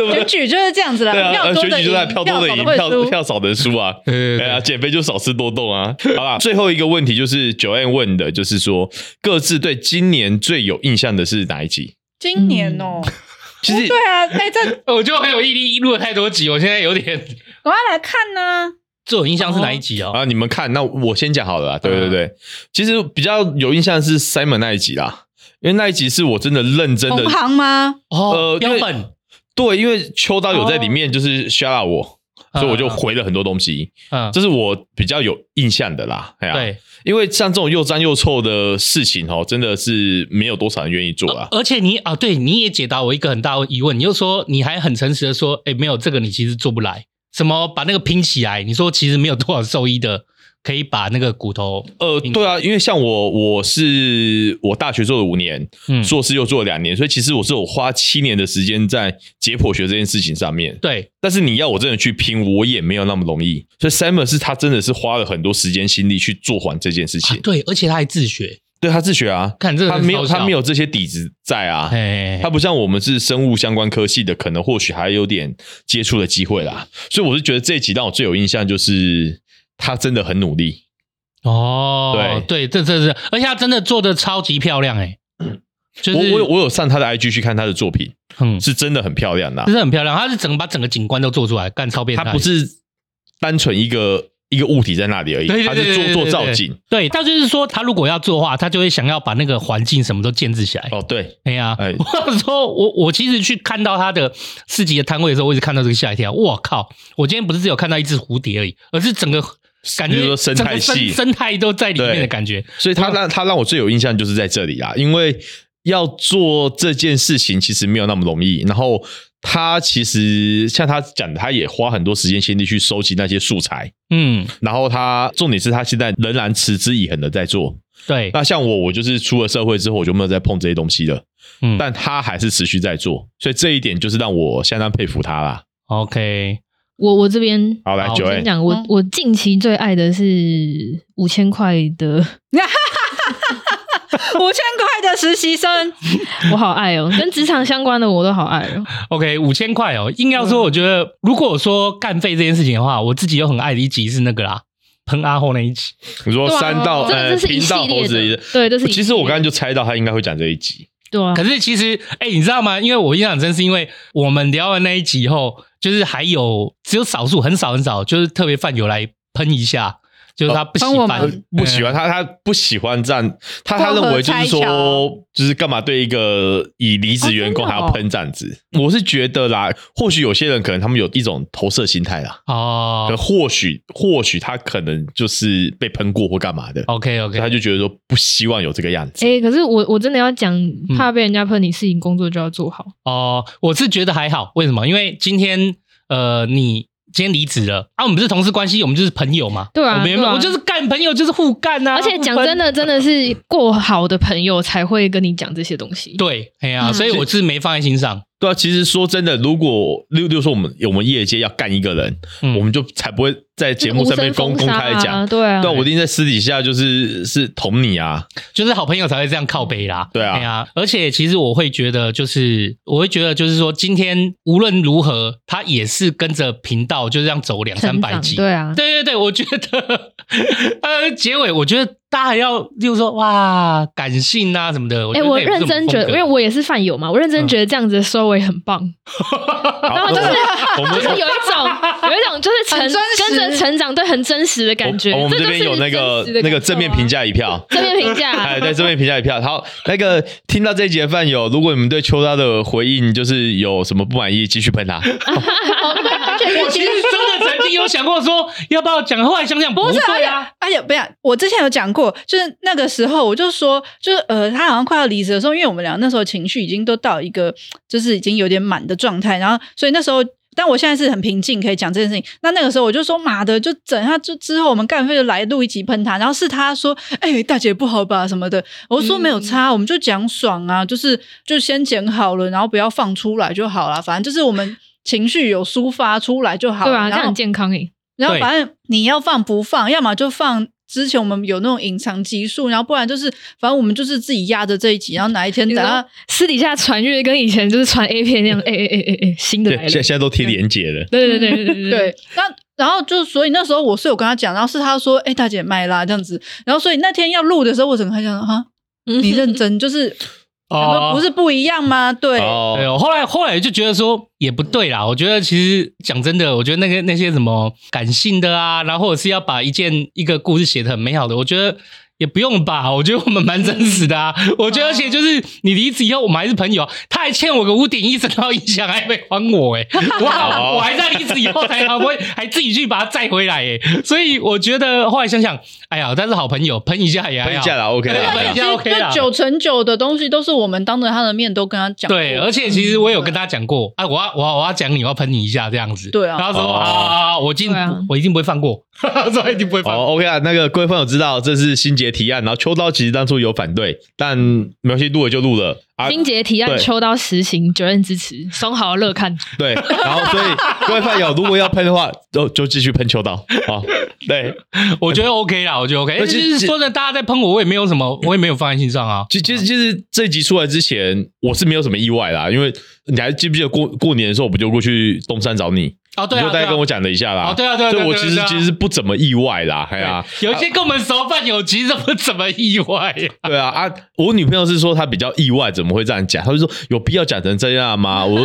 不对？
举就是这样子啦，
对啊，
票
呃
多
选
的
举就在
赢，
票多的
少
赢，
会
票
输。
票少的人输啊。
对
对啊，减肥就少吃多动啊。 好啦，最后一个问题就是九 N 问的，就是说各自对今年最有印象的是哪一集？
今年哦、
嗯其实
对啊，哎、这赶
我就很有毅力，录了太多集，我现在有点
快来看呢、
最有印象是哪一集啊？
啊，你们看，那我先讲好了啦。对
嗯
对对，其实比较有印象的是 Simon 那一集啦，因为那一集是我真的认真的
同，行吗？
哦
呃，
标
因为
本，
对，因为秋刀有在里面就是 s h u t 我，所以我就
嗯嗯
回了很多东西，
嗯，
这是我比较有印象的啦。哎呀，
对，
因为像这种又脏又臭的事情哦，真的是没有多少人愿意做啦。
而且你啊，对，你也解答我一个很大的疑问，你就说你还很诚实的说，哎，没有这个你其实做不来，什么把那个拼起来，你说其实没有多少兽医的可以把那个骨头，
呃，对啊，因为像我，我是我大学做了五年，
嗯，
硕士又做了两年，所以其实我是有花七年的时间在解剖学这件事情上面。
对，
但是你要我真的去拼，我也没有那么容易。所以 Simon 是他真的是花了很多时间心力去做完这件事
啊
情。
对，而且他还自学，
对他自学啊，
看这个
他没有
很好笑
他没有这些底子在啊。
哎
他，不像我们是生物相关科系的，可能或许还有点接触的机会啦。所以我是觉得这一集让我最有印象就是他真的很努力。
哦，对，这这是，而且他真的做的超级漂亮，哎，就是
我我有我有上他的 IG 去看他的作品，
嗯，
是真的很漂亮的啊、
真的很漂亮，他是整个把整个景观都做出来，干超变态，
它不是单纯一个一个物体在那里而已，
对
它是做做造景。。
对对对对对对，他就是说，他如果要做的话，他就会想要把那个环境什么都建制起来。
哦，对，
哎呀，
哎
我说我我其实去看到他的市集的摊位的时候，我一直看到这个吓一跳。我靠！我今天不是只有看到一只蝴蝶而已，而是整个感
比如
觉
说生态系
整个生生态都在里面的感觉。
所以它让它让我最有印象就是在这里啦，因为要做这件事情其实没有那么容易。然后他其实像他讲的，他也花很多时间心力去收集那些素材。
嗯，
然后他重点是他现在仍然持之以恒的在做。
对，
那像我，我就是出了社会之后，我就没有再碰这些东西了。
嗯
但他还是持续在做，所以这一点就是让我相当佩服他啦。
，OK，
我我这边
好，来
好
九哎
我先
A，
讲，我
嗯
我近期最爱的是五千块的，
五千块的实习生，
我好爱哦，跟职场相关的我都好爱哦。
OK，五千块哦，硬要说，我觉得如果说干费这件事情的话，我自己有很爱的一集是那个啦，喷阿后那一集。
你说
对啊
三到
这
呃
这是一
频
系
道猴
列
子的意
的
思，
对，这是一
其实我
系列
刚刚就猜到他应该会讲这一集，
对啊
可，是其实，哎、你知道吗？因为我印象很深，是因为我们聊完那一集以后，就是还有只有少数很少很少，就是特别饭友来喷一下，就是他不喜
哦喷我
欢、
们
不
嗯
喜欢他，他不喜欢这样，他他
光合
认为就是
拆
说
桥，
就是干嘛对一个已离职员工
哦真
还
的
要
哦
喷这样子？我是觉得啦，或许有些人可能他们有一种投射心态啦，可
哦。
或许或许他可能就是被喷过或干嘛的，
哦 OK
所以他
OK，
就觉得说不希望有这个样子。
哎、可是我我真的要讲，
嗯
怕被人家喷，你事情工作就要做好。
哦、我是觉得还好，为什么？因为今天呃，你今天离职了啊，我们不是同事关系，我们就是朋友嘛。
对啊
我们原本
对啊
我就是干朋友，就是互干啊。
而且讲真
的，
的，真的是过好的朋友才会跟你讲这些东西。
对，哎呀、
嗯
所以我是没放在心上。
对啊，其实说真的，如果例如例如说我们我们业界要干一个人，
嗯
我们就才不会在节目上面公、
无
公
声封杀
开
啊
讲。
对啊，
对啊，我一定在私底下就是是捅你 啊，
就是好朋友才会这样靠北啦。
对啊
哎呀，而且其实我会觉得，就是我会觉得，就是说，今天无论如何，他也是跟着频道就这样走两三
成
百
长
集。
对啊，
对对对，我觉得 呃，结尾我觉得大家还要，例如说哇，感性啊什么的。
哎、
觉得
我
那也不是
认真
们
觉得，
风
因
格
为我也是饭友嘛，我认
嗯
真觉得这样子的收尾很棒，然
好，
后就是
我
就
们
是有一种有一种就是成
很真实
跟着成长，对，很真实的感觉。
我我们这边
就是
有那个
真实的感受啊
那个正面评，价一 票。
正面评价，
哎，对，正面评价一票。好，那个听到这一集的饭友，如果你们对秋刀的回应就是有什么不满意，继续喷 他。
而且因为
其实真的曾经有想过说要不要讲，后来想想
不是
对啊，
哎呀，不要！我之前有讲过，就是那个时候，我就说，就是呃，他好像快要离职的时候，因为我们俩那时候情绪已经都到一个，就是已经有点满的状态，然后所以那时候。但我现在是很平静，可以讲这件事情。那那个时候我就说，妈的，就整他，就之后我们干脆就来录一集喷他。然后是他说，哎、大姐不好吧什么的。我说没有差，我们就讲爽啊，就是就先剪好了，然后不要放出来就好了。反正就是我们情绪有抒发出来就好了。
对啊，这
然
样
后
很健康诶。
然后
对
反正你要放不放，要么就放。之前我们有那种隐藏集数，然后不然就是，反正我们就是自己压着这一集，然后哪一天
你嗯
等
知
到
道私底下传阅跟以前就是传 A 片那样，哎哎哎哎哎，新的
对
来，了
现，在现在都贴连结了。
对对对对对
对，那然后就所以那时候我是有跟他讲，然后是他说，哎、大姐卖啦这样子，然后所以那天要录的时候，我整个还想说哈，
对，
你 认真就是，
哦
他说不是不一样吗？对，
对，
哦，
我后来后来就觉得说也不对啦。我觉得其实讲真的，我觉得那个那些什么感性的啊，然后或者是要把一件一个故事写得很美好的，我觉得也不用吧。我觉得我们蛮真实的啊。我觉得而且就是你离职以后，我们还是朋友，啊他还欠我个五点一整套音响，还没还我哎、欸，哇！
哦
我还在离职以后才还我，还自己去把它载回来哎、所以我觉得后来想想，哎呀，但是好朋友喷一下也还好
喷一下啦，OK
对
啦
喷一
，OK
下
啦。
OK 啦
那。九成九的东西都是我们当着他的面都跟他讲过，
对，而且其实我有跟他讲过，啊，我要我要我要讲你，我要喷你一下这样子。
对啊
然后说
哦
啊啊，啊我一定
对啊
我一定不会放过， 所以一定不会放过。
哦，OK 啊，那个各位朋友知道这是新杰提案，然后秋刀其实当初有反对，但没关系，录了就录了啊。
金杰提案
对
抽到实行，责任支持，松好乐看，
对，然后所以各位饭友如果要喷的话，就就继续喷秋刀好，对，
我觉得 OK 啦，我觉得 OK。哎
而且
就是说呢，大家在喷我，我也没有什么，我也没有放在心上啊。
其其实其实这集出来之前，我是没有什么意外啦，因为你还记不记得过过年的时候，我不就过去东山找你，
哦，对啊，
你就大
对
概
啊
跟我讲了一下啦。
哦对啊对啊
所
对
以
啊
我
对啊
其实
对啊
其实不怎么意外啦，哎呀，
有一些跟我们熟饭友其实不怎么意外呀。
对啊啊！我女朋友是说她比较意外，怎么会这样讲？她就说有必要讲成这样 吗？我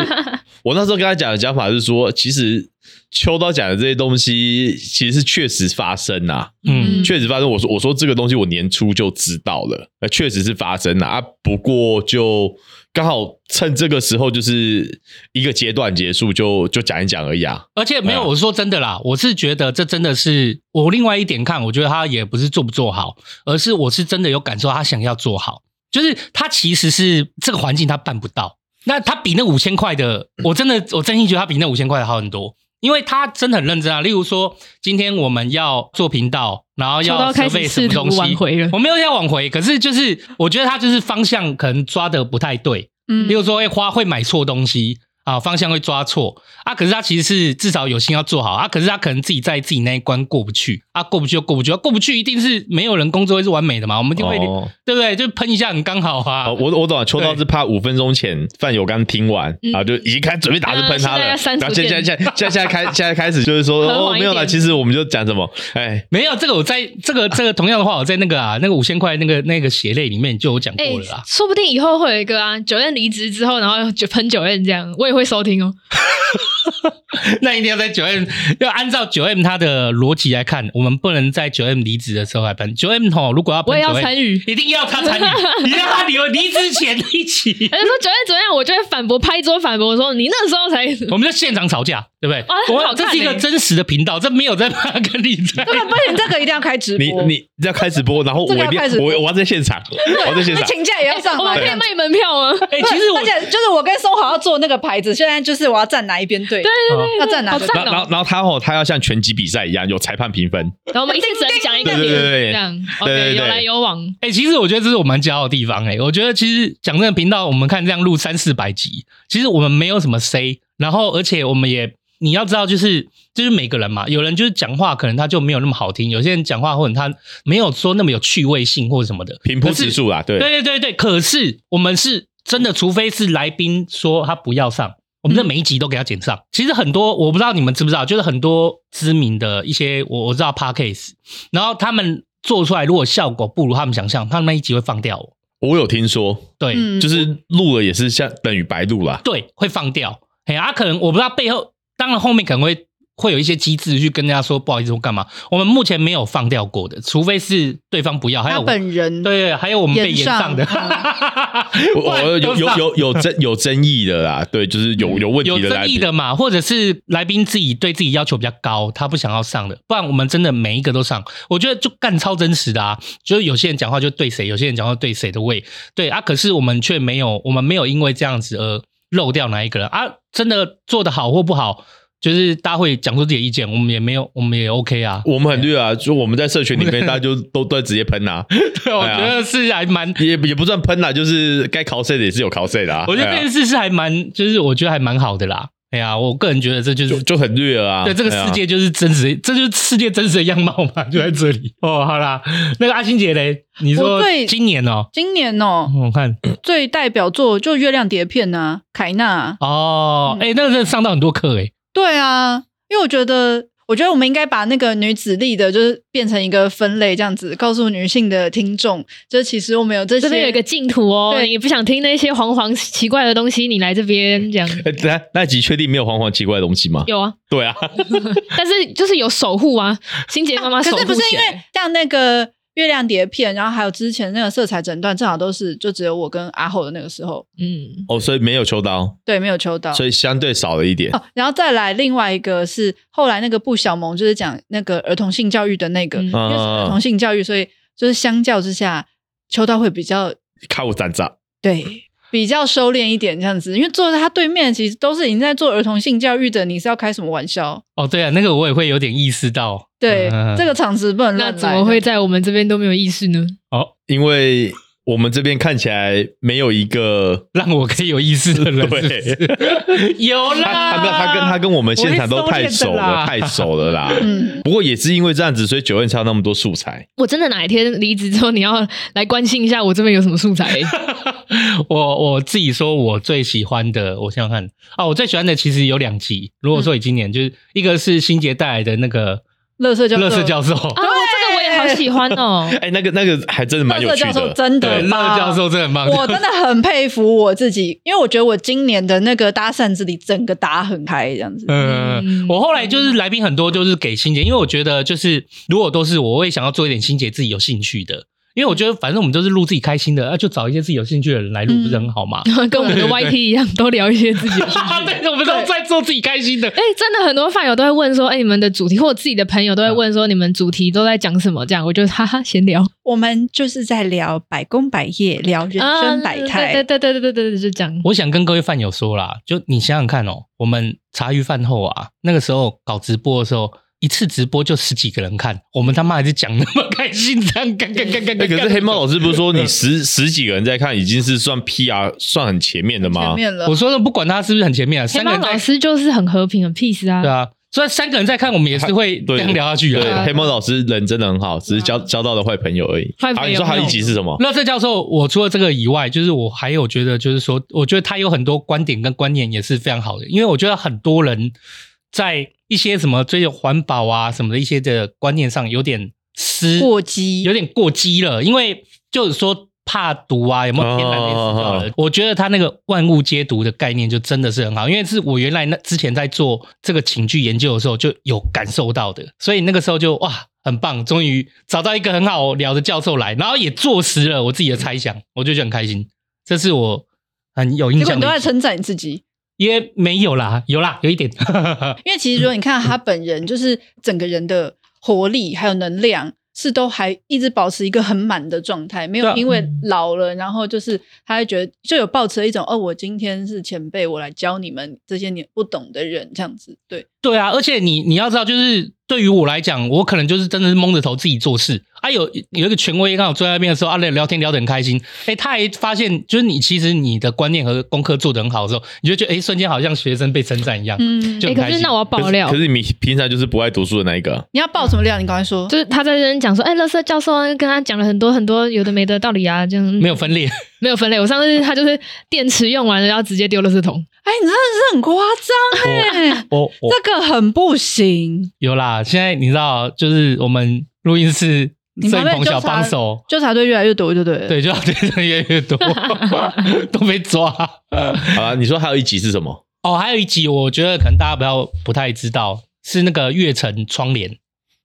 我那时候跟她讲的讲法是说，其实秋刀讲的这些东西其实是确实发生啊，
嗯
嗯
确实发生。我说我说这个东西我年初就知道了，呃，确实是发生了啊。不过就刚好趁这个时候，就是一个阶段结束就，就讲一讲而已啊。
而且没有，
对啊
我说真的啦，我是觉得这真的是我另外一点看，我觉得他也不是做不做好，而是我是真的有感受他想要做好，就是他其实是这个环境他办不到。那他比那五千块的，
嗯
我真的我真心觉得他比那五千块的好很多，因为他真的很认真啊。例如说，今天我们要做频道，然后
抽
要
到开
设
始
备什么
试图
东西，
挽回了，
我没有要往回，可是就是我觉得他就是方向可能抓的不太对，
嗯
例如说会花会买错东西啊，方向会抓错啊。可是他其实是至少有心要做好啊，可是他可能自己在自己那一关过不去啊，过不去就过不去，啊、过不去一定是没有人工作会是完美的嘛，我们就会、
哦
对不对？就喷一下很刚好啊。
哦，我我懂了，秋刀
对
是怕五分钟前范友刚听完，
嗯
然后就已经开始准备打字喷他了，
啊现在要删
然后现
除
在
键
现在现在现在开现在开始就是说
和
哦
缓一
没有啦，
点
其实我们就讲什么，哎，
没有这个，我在这个这个同样的话，我在那个啊那个五千块那个那个血泪里面就有讲过
哎、
了啦。
说不定以后会有一个啊，九院离职之后，然后就喷九院这样，我也会收听哦。哎
那一定要在九 M，要按照九 M 它的逻辑来看，我们不能在九 M 离职的时候来喷九 M 吼。如果要喷，
我也要参与
一定要他参与，一定要他离离职前一起。
他就说九院怎么样，我就会反驳，拍桌反驳说你那时候才。
我们就现场吵架，对不对？
哦很好
我
看
这是一个
欸啊
真实的频道，这没有在骂跟你在。
对吧？ 不行，这个一定要开直
你
播，
你要开直播，然后我
这
一
个要
定
开直播
我我要在现场，我要在现
那
场。
请假也要上
我
班
们可以
啊。
卖门票吗？
哎，其实我
而且就是我跟松豪要做那个牌子，现在就是我要站哪一边队，
对对对，
要站哪
好
个
然
赞
后然
哦
后！然后他哦，他要像拳击比赛一样有裁判评分，
然后我们一次只能讲一个名字，
对对对对
这样
对对对
OK，有来有往，
哎、其实我觉得这是我蛮骄傲的地方哎、我觉得其实讲真的，频道我们看这样录三四百集，其实我们没有什么 say，然后而且我们也你要知道，就是就是每个人嘛，有人就是讲话可能他就没有那么好听，有些人讲话或者他没有说那么有趣味性或者什么的，
平铺直述啦，对
对对对对，可是我们是真的，除非是来宾说他不要上，我们这每一集都给他剪
嗯
上。其实很多我不知道你们知不知道，就是很多知名的一些我我知道 podcast，然后他们做出来如果效果不如他们想象，他们那一集会放掉我。
我有听说，
对、
嗯
就是录了也是像等于白录啦。
对，会放掉。哎，他、啊、可能我不知道背后，当然后面可能会。会有一些机制去跟大家说不好意思，我干嘛？我们目前没有放掉过的，除非是对方不要，还有
他
我
本人
对，还有我们被延
延
上
上
的，
我
不然
我有
都上嗯
有有有争有争议的啦，对，就是有有问
有
题的来
争议
宾，
的嘛，或者是来宾自己对自己要求比较高，他不想要上的，不然我们真的每一个都上，我觉得就干超真实的啊，就是有些人讲话就对谁，有些人讲话对谁的位，对啊，可是我们却没有，我们没有因为这样子而漏掉哪一个人啊，真的做的好或不好，就是大家会讲出自己的意见，我们也没有，我们也 OK 啊，
我们很绿啊，就我们在社群里面，大家就都都直接喷啊，
对，我觉得是还蛮。
也也不算喷啦，就是该 cos 的也是有 cos 的啊。
我觉得这
对
件
啊
事是还蛮，就是我觉得还蛮好的啦。哎呀，我个人觉得这就是
就就很绿了啊。
对，这个世
啊
界就是真实，这就是世界真实的样貌嘛，就在这 里。哦，好啦，那个阿星姐嘞，你说
我最
今年哦，
今年哦、
我看
最代表作就《月亮碟片》呐，凯纳啊。
哦，哎、那个真的上到很多课哎，
对啊，因为我觉得，我觉得我们应该把那个女子力的，就是变成一个分类，这样子告诉女性的听众，就是其实我们有这些。
这边有一个净土哦，
对
你不想听那些黄黄奇怪的东西，你来这边这样。
哎，那那集确定没有黄黄奇怪的东 西吗？
有啊，
对啊，
但是就是有守护啊，欣姐妈妈守
可
护
是不是
起
因为
来。
像那个月亮碟片，然后还有之前那个色彩诊断，正好都是就只有我跟阿后的那个时候，
嗯，
哦，所以没有秋刀，
对，没有抽到。
所以相对少了一点。
哦，然后再来另外一个是后来那个不小萌，就是讲那个儿童性教育的那个，
嗯
哦
因为是儿
嗯
童性教育，所以就是相较之下，秋刀会比较
看我啊站长，
对比较收敛一点这样子，因为坐在他对面其实都是已经在做儿童性教育的，你是要开什么玩笑？
哦，对啊，那个我也会有点意识到，
对，
嗯
这个场子不能
那
乱
怎
来
么会
的
在我们这边都没有意识呢？
因为我们这边看起来没有一个
让我可以有意识的人，
对
是不是 有
他
啦，
他跟他跟他跟我们现场都太熟了，
我会
太
收敛的啦
熟了啦。
嗯，
不过也是因为这样子，所以九院才有那么多素材。
我真的哪一天离职之后，你要来关心一下我这边有什么素 材、
我我自己说，我最喜欢的，我想想看啊，我最喜欢的其实有两集。如果说以今年，就是一个是新杰带来的那个
乐色教
乐色
授
教授，
啊，这个我也好喜欢哦。
哎，那个那个还真的蛮有趣
乐色教
的，
授真的
对，
对
乐色教授真的很棒，
我真的很佩服我自己，因为我觉得我今年的那个搭讪之旅整个打很开这样子。
嗯，
嗯
我后来就是来宾很多就是给欣姐，因为我觉得就是如果都是我会想要做一点欣姐自己有兴趣的，因为我觉得反正我们都是录自己开心的，啊，就找一些自己有兴趣的人来录，
嗯
不是很好吗？
跟我们的 YT 一样，都聊一些自己 的兴趣。
对，我们都在做自己开 心的。
哎、真的很多饭友都会问说，哎、你们的主题，或者自己的朋友都会问说，你们主题都在讲什么？这样，我就哈哈闲聊，
我们就是在聊百工百业，聊人生百态。
啊对对对对对对对，就这样。
我想跟各位饭友说啦，就你想想看哦，我们茶余饭后啊，那个时候搞直播的时候，一次直播就十几个人看，我们他妈还是讲那么开心，这样干干干干
哎，
干。
可是 黑猫老师不是说你十 十几个人在看，已经是算 PR 算很前面的
前
吗？
面了，
我说的不管他是不是很前面啊，
黑
三个
猫
人
老
在
师就是很和平，很 peace 啊。
对啊，虽然三个人在看，我们也是会这
对
样聊下去
对
啊。，
黑猫老师人真的很好，只是交交到了坏朋友而已。
坏朋友
啊你说还有一集是什么？
乐色教授，我除了这个以外，就是我还有觉得，就是说，我觉得他有很多观点跟观念也是非常好的，因为我觉得很多人在一些什么追求环保啊什么的一些的观念上有点失
过激
有点过激了，因为就是说怕毒啊，有没有天然也死掉
哦
了？我觉得他那个万物皆毒的概念就真的是很好，因为是我原来那之前在做这个情绪研究的时候就有感受到的，所以那个时候就哇。很棒，终于找到一个很好聊的教授来，然后也坐实了我自己的猜想，我就觉得很开心。这是我很有印
结果
象
你
的
都
一
在
集。
称赞你自己，
也没有啦，有啦，有一点，
因为其实如果你
嗯
看他本人，就是整个人的活力还有能量是都还一直保持一个很满的状态，没
对啊
有因为老了，然后就是他会觉得就有抱持一种哦，我今天是前辈，我来教你们这些你不懂的人这样子，对，
对啊，而且你你要知道，就是对于我来讲，我可能就是真的是蒙着头自己做事啊。有有一个权威刚好坐在那边的时候，啊，聊聊天聊得很开心，哎，他还发现就是你其实你的观念和功课做得很好的时候，你就觉得哎，瞬间好像学生被称赞一样，
嗯，
就
哎、
很
可
开
是
心。
那我要爆料
可，是你平常就是不爱读书的那一个啊，
你要爆什么料？你赶快说，
就是他在这边讲说，哎、乐色教授啊跟他讲了很多很多有的没的道理啊，这样
没
没
有分裂，
没有分类。我上次他就是电池用完了，然后直接丢垃圾桶。
哎，你真的是很夸张哎、
我 我
这个很不行。
有啦。现在你知道，就是我们录音室
你
摄
旁
影
边
棚小
纠察
帮手，
纠察队越来越多，就对了。
对，就要对人越来越多，都被抓。
好啦你说还有一集是什么？
哦，还有一集，我觉得可能大家不要不太知道，是那个月城窗帘。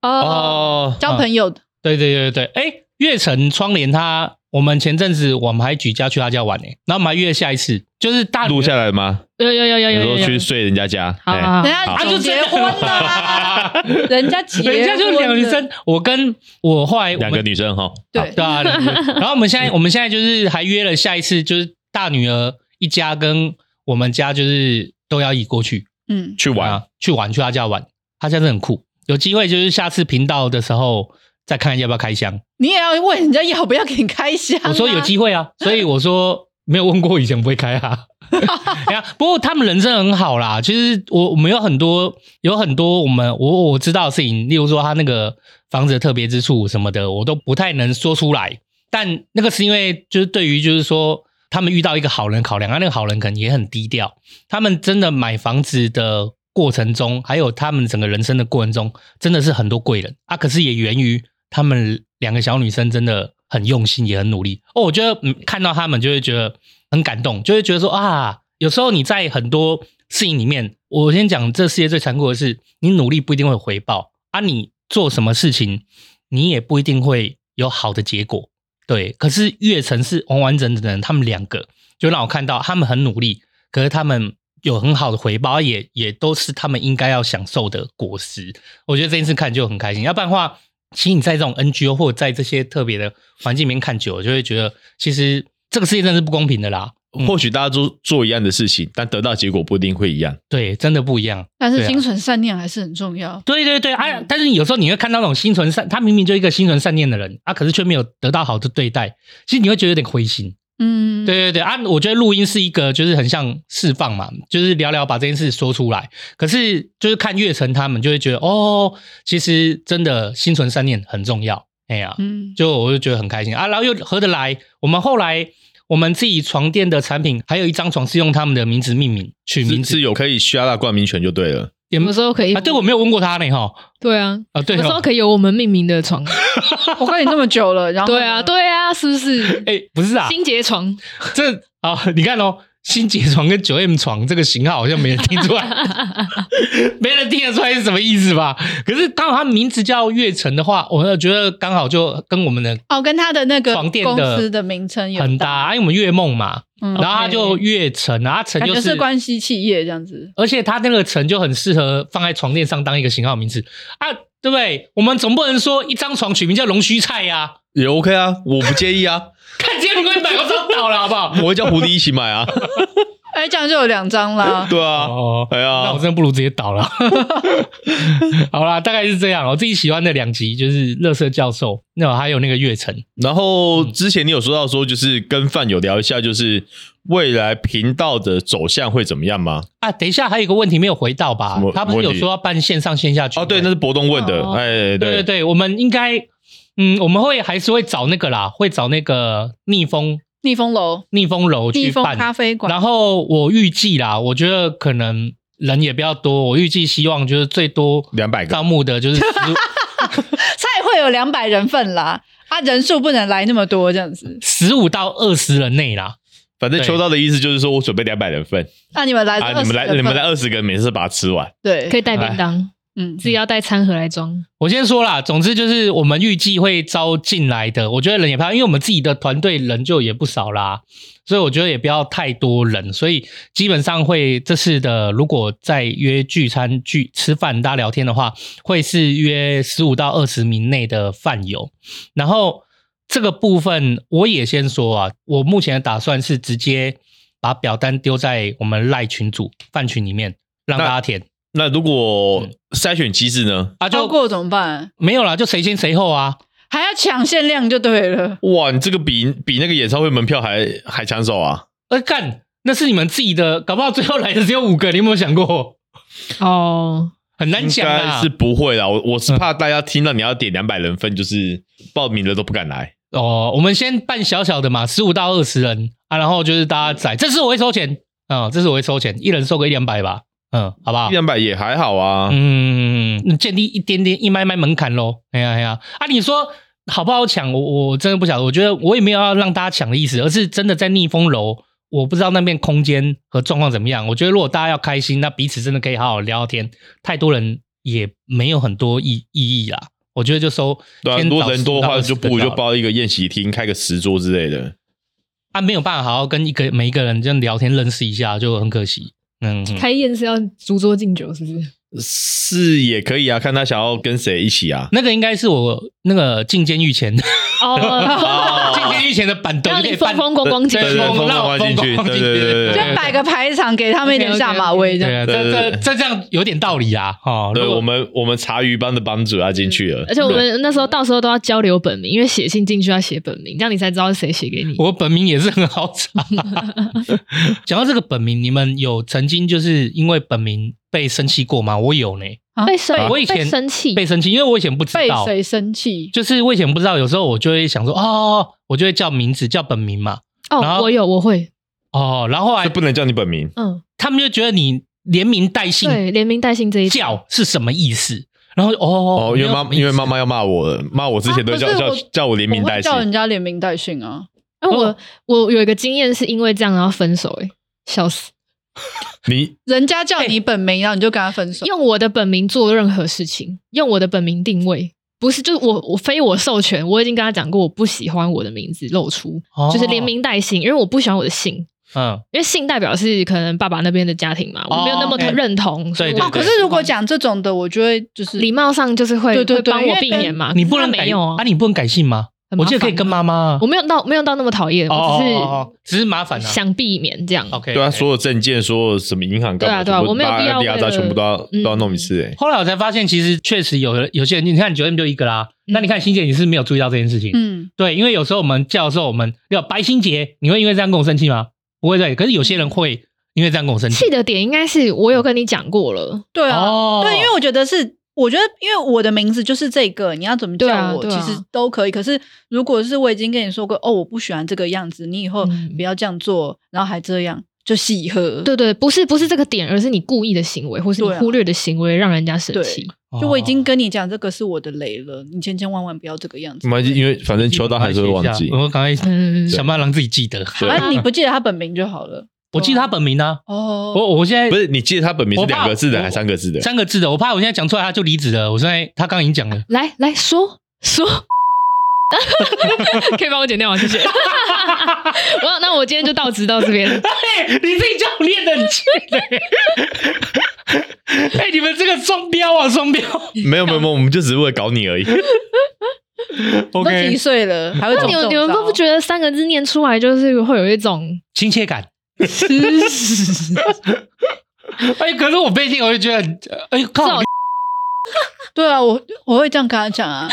哦，
哦，
交朋友的
对对对对，哎，月城窗帘它，我们前阵子我们还举家去他家玩呢，然后我们还约下一次，就是大女儿
录下来吗？
有有有有
你
有有
说
有
哎
去睡人家家？
好
哎
好好
人家
啊就
结
真的
婚 啦，人家结婚了，
人家就是两个女生，我跟我后来我
两
们
个女生哈，
对
对啊，两个 女生然后我们现在我们现在就是还约了下一次，就是大女儿一家跟我们家就是都要一起过去，
嗯，
去玩
啊，去玩，去他家玩，他家真的很酷。有机会就是下次频道的时候再看要不要开箱。
你也要问人家要不要给你开箱、啊。
我说有机会啊，所以我说没有问过以前不会开啊。哎呀，不过他们人真的很好啦。其实我我们有很多有很多我们我我知道的事情，例如说他那个房子的特别之处什么的，我都不太能说出来。但那个是因为就是对于就是说他们遇到一个好人考量，啊，那个好人可能也很低调。他们真的买房子的过程中，还有他们整个人生的过程中，真的是很多贵人啊。可是也源于他们两个小女生真的很用心，也很努力哦。我觉得嗯，看到他们就会觉得很感动，就会觉得说啊，有时候你在很多事情里面，我先讲这世界最残酷的是，你努力不一定会有回报啊，你做什么事情，你也不一定会有好的结果。对，可是月城是完完整整的，他们两个就让我看到他们很努力，可是他们有很好的回报，啊也也都是他们应该要享受的果实。我觉得这件事看就很开心，要不然的话，其实你在这种 NGO 或者在这些特别的环境里面看久了，就会觉得其实这个世界真的是不公平的啦。
或许大家都做一样的事情，但得到结果不一定会一样。
对，真的不一样。
但
对
是
啊
心存善念还是很重要。
对对对，啊
嗯！
但是有时候你会看到那种心存善，他明明就一个心存善念的人啊，可是却没有得到好的对待，其实你会觉得有点灰心。
嗯，
对对对啊！我觉得录音是一个，就是很像释放嘛，就是聊聊把这件事说出来。可是就是看月城他们就会觉得，哦，其实真的心存善念很重要。哎呀、
嗯，
就我就觉得很开心啊，然后又合得来。我们后来我们自己床垫的产品，还有一张床是用他们的名字命名，取名
是
字
是有可以需要到冠名权就对了。
也
什么时候可以？
啊，对我没有问过他呢哈
对啊，
啊，对
什么时候
哦，
可以有我们命名 的床？
我跟你那么久了，然后
对啊，对啊，是不是？
哎，不是啊，
新结床，
这啊，你看哦，新杰床跟九 M 床这个型号好像没人听出来。没人听得出来是什么意思吧？可是刚好他名字叫月城的话，我觉得刚好就跟我们的
哦，跟他的那个
床垫
公
的
司的名称有
很搭，因为我们月梦嘛，
嗯
然后他就月城啊，城
感
就
觉
是
是，关系企业这样子。
而且他那个城就很适合放在床垫上当一个型号名字啊，对不对？我们总不能说一张床取名叫龙须菜呀、
也 OK 啊，我不介意啊，
看今天你给你买，我早倒了，好不好？
我会叫狐狸一起买啊。
哎，这样就有两张啦。
对啊，
哦，
哎
那我
呀
真，的不如直接倒了。 好啦，大概是这样。我自己喜欢的两集就是《乐色教授》，那还有那个月城。
然后
嗯
之前你有说到说，就是跟范友聊一下，就是未来频道的走向会怎么样吗？
啊，等一下，还有一个问题没有回到吧
什么？
他不是有
问题
说要办线上线下群？
哦，对，那是博东问的，
哦
哎，
对对
对，
对，我们应该，嗯，我们会还是会找那个啦，会找那个逆风
逆风楼、
逆风楼
逆
去
风咖
办。
啡馆，
然后我预计啦，我觉得可能人也比较多，我预计希望就是最多
两百个
招，募的就是十
菜会有两百人份啦。啊，人数不能来那么多这样子。
十五到二十人内啦。
反正
对
秋刀的意思就是说我准备两百人份
那你们来
啊，你们来，
20人份
你们来，二十个，每次把它吃完。
对
哎
可，以带便当。
嗯
自己要带餐盒来装。
我先说啦，总之就是我们预计会招进来的，我觉得人也怕，因为我们自己的团队人就也不少啦，所以我觉得也不要太多人，所以基本上会这次的如果再约聚餐聚吃饭大家聊天的话，会是约十五到二十名内的饭友，然后这个部分我也先说啊，我目前的打算是直接把表单丢在我们赖群组饭群里面让大家填
那如果
嗯
筛选机制呢？
啊，
超
就
过怎么办？
没有啦，就谁先谁后啊。
还要抢限量就对了。
哇，你这个比比那个演唱会门票还还抢手啊！
呃，干，那是你们自己的，搞不好最后来的只有五个，你有没有想过？嗯
哦，
很难
应
讲
该
啊
是。不会啦，我我是怕大家听到你要点两百人份，就是报名的都不敢来。
哦，我们先办小小的嘛，十五到二十人啊，然后就是大家宰，这次我会收钱，嗯，这次我会收钱，一人收个一两百吧，嗯，好不好
一？两百也还好啊，
嗯，你建立一点点一麦麦门槛喽。哎呀哎呀，啊，你说好不好抢？我我真的不晓得，我觉得我也没有要让大家抢的意思，而是真的在逆风楼，我不知道那边空间和状况怎么样。我觉得如果大家要开心，那彼此真的可以好好聊聊天。太多人也没有很多意意义啦。我觉得就收，
对啊，
先
如果
找
人多的话，
10
就不如
个
就
好了
包一个宴席厅，开个十桌之类的。
啊，没有办法好好跟一个每一个人这样聊天认识一下，就很可惜。嗯，嗯
开宴是要逐桌敬酒，是不是？
是也可以啊，看他想要跟谁一起啊。
那个应该是我那个进监狱前，
哦，
进监狱前的板凳
让
就可
你
以办
风风光光进
对
去
对，对
风
风
浪
光进去，
风光进
对
去
对对对
就
对
对。
摆个排场给他们一点下马威，这
对
样
啊，
对
这
对
这
对
这这样有点道理啊，哦，
对
如果
我们我们茶余帮的帮主他进去了
而，且我们那时候到时候都要交流本名，因为写信进去要写本名，这样你才知道是谁写给你。
我本名也是很好查。 讲到这个本名，你们有曾经就是因为本名被生气过吗？我有呢，
啊
被生，
哎我以前
被生气，
被生气，因为我以前不知
被
道，
谁生气？
就是我以前不知道，有时候我就会想说，哦，我就会叫名字叫本名嘛，然
哦，
后
我有，我会，
哦，然后后
就
来
不能叫你本名。
嗯，
他们就觉得你连名带姓
对，连名带姓这一条
叫是什么意思？然后就哦
哦，因为妈
没有什么意思
因为妈妈要骂我了，骂我之前都叫
啊可是
叫
我
叫我连名
我
带
会
姓
叫。人家连名带姓啊，
哎，我
哦
我有一个经验是因为这样然后分手，哎，笑死！
你
人家叫你本名，然后你就跟他分手。
用我的本名做任何事情，用我的本名定位，不是就是我我非我授权，我已经跟他讲过我不喜欢我的名字露出，
哦
就是连名带姓，因为我不喜欢我的姓，
嗯，
因为姓代表是可能爸爸那边的家庭嘛，我没有那么
哦，OK
认同，所以
对
我
哦，可是如果讲这种的，我就会就是
礼貌上就是会
对对
会
对
帮
因
我
为
避
跟
免嘛，
你不
可是
能
他
改
没有
啊，你不能改姓吗？
很麻
我记得可以
烦
跟
啊
妈妈啊，
我没有到没有到那么讨厌，我只是
哦，只是麻烦啊。哦
想避免这样。
OK，哎
对啊，所有证件，所有什么银行干嘛，
哎对啊对啊
全部
我没有
把
必要
拉
为
杂
了嗯
全部都要都要弄一次哎。
后来我才发现，其实确实有的有些人，你看九 M 就一个啦。
嗯
那你看欣姐，你是没有注意到这件事情，
嗯，
对，因为有时候我们叫的时候，我们要白欣姐，你会因为这样跟我生气吗？不会对，可是有些人会因为这样跟我生气
气。的点应该是我有跟你讲过了，
对啊，
哦
对，因为我觉得是。我觉得，因为我的名字就是这个，你要怎么叫
对啊
我，
对啊
其实都可以。可是，如果是我已经跟你说过，哦，我不喜欢这个样子，你以后
嗯
不要这样做，然后还这样，就喜喝。
对对，不是不是这个点，而是你故意的行为，或是你
对啊
忽略的行为，让人家生
对
气。
为
就我已经跟你讲，这个是我的雷了，你千千万万不要这个样子。
没关系，因为反正秋刀还是会忘记。
我赶快
嗯，
想办法让自己记得。
对
啊，你不记得他本名就好了。
我记得他本名啊，
哦，
我我现在
不是你记得他本名是
我怕
两个字的
我
还是三个字的？
三个字的，我怕我现在讲出来他就离职了。我现在他刚刚已经讲了，
来来说说， 可以帮我剪掉吗？谢 谢。我那我今天就到此到这边。
哎，你自己教练的气的。哎，你们这个双标啊，双标。
没有没有没有，我们就只是为了搞你而 已。
都几岁了，还会
那
中
你
这
们
种
你们都
招
不觉得三个字念出来就是会有一种
亲切感。 哎，可是我被听，我就觉得，呃哎
这
靠
种！
对啊，我我会这样跟他讲啊。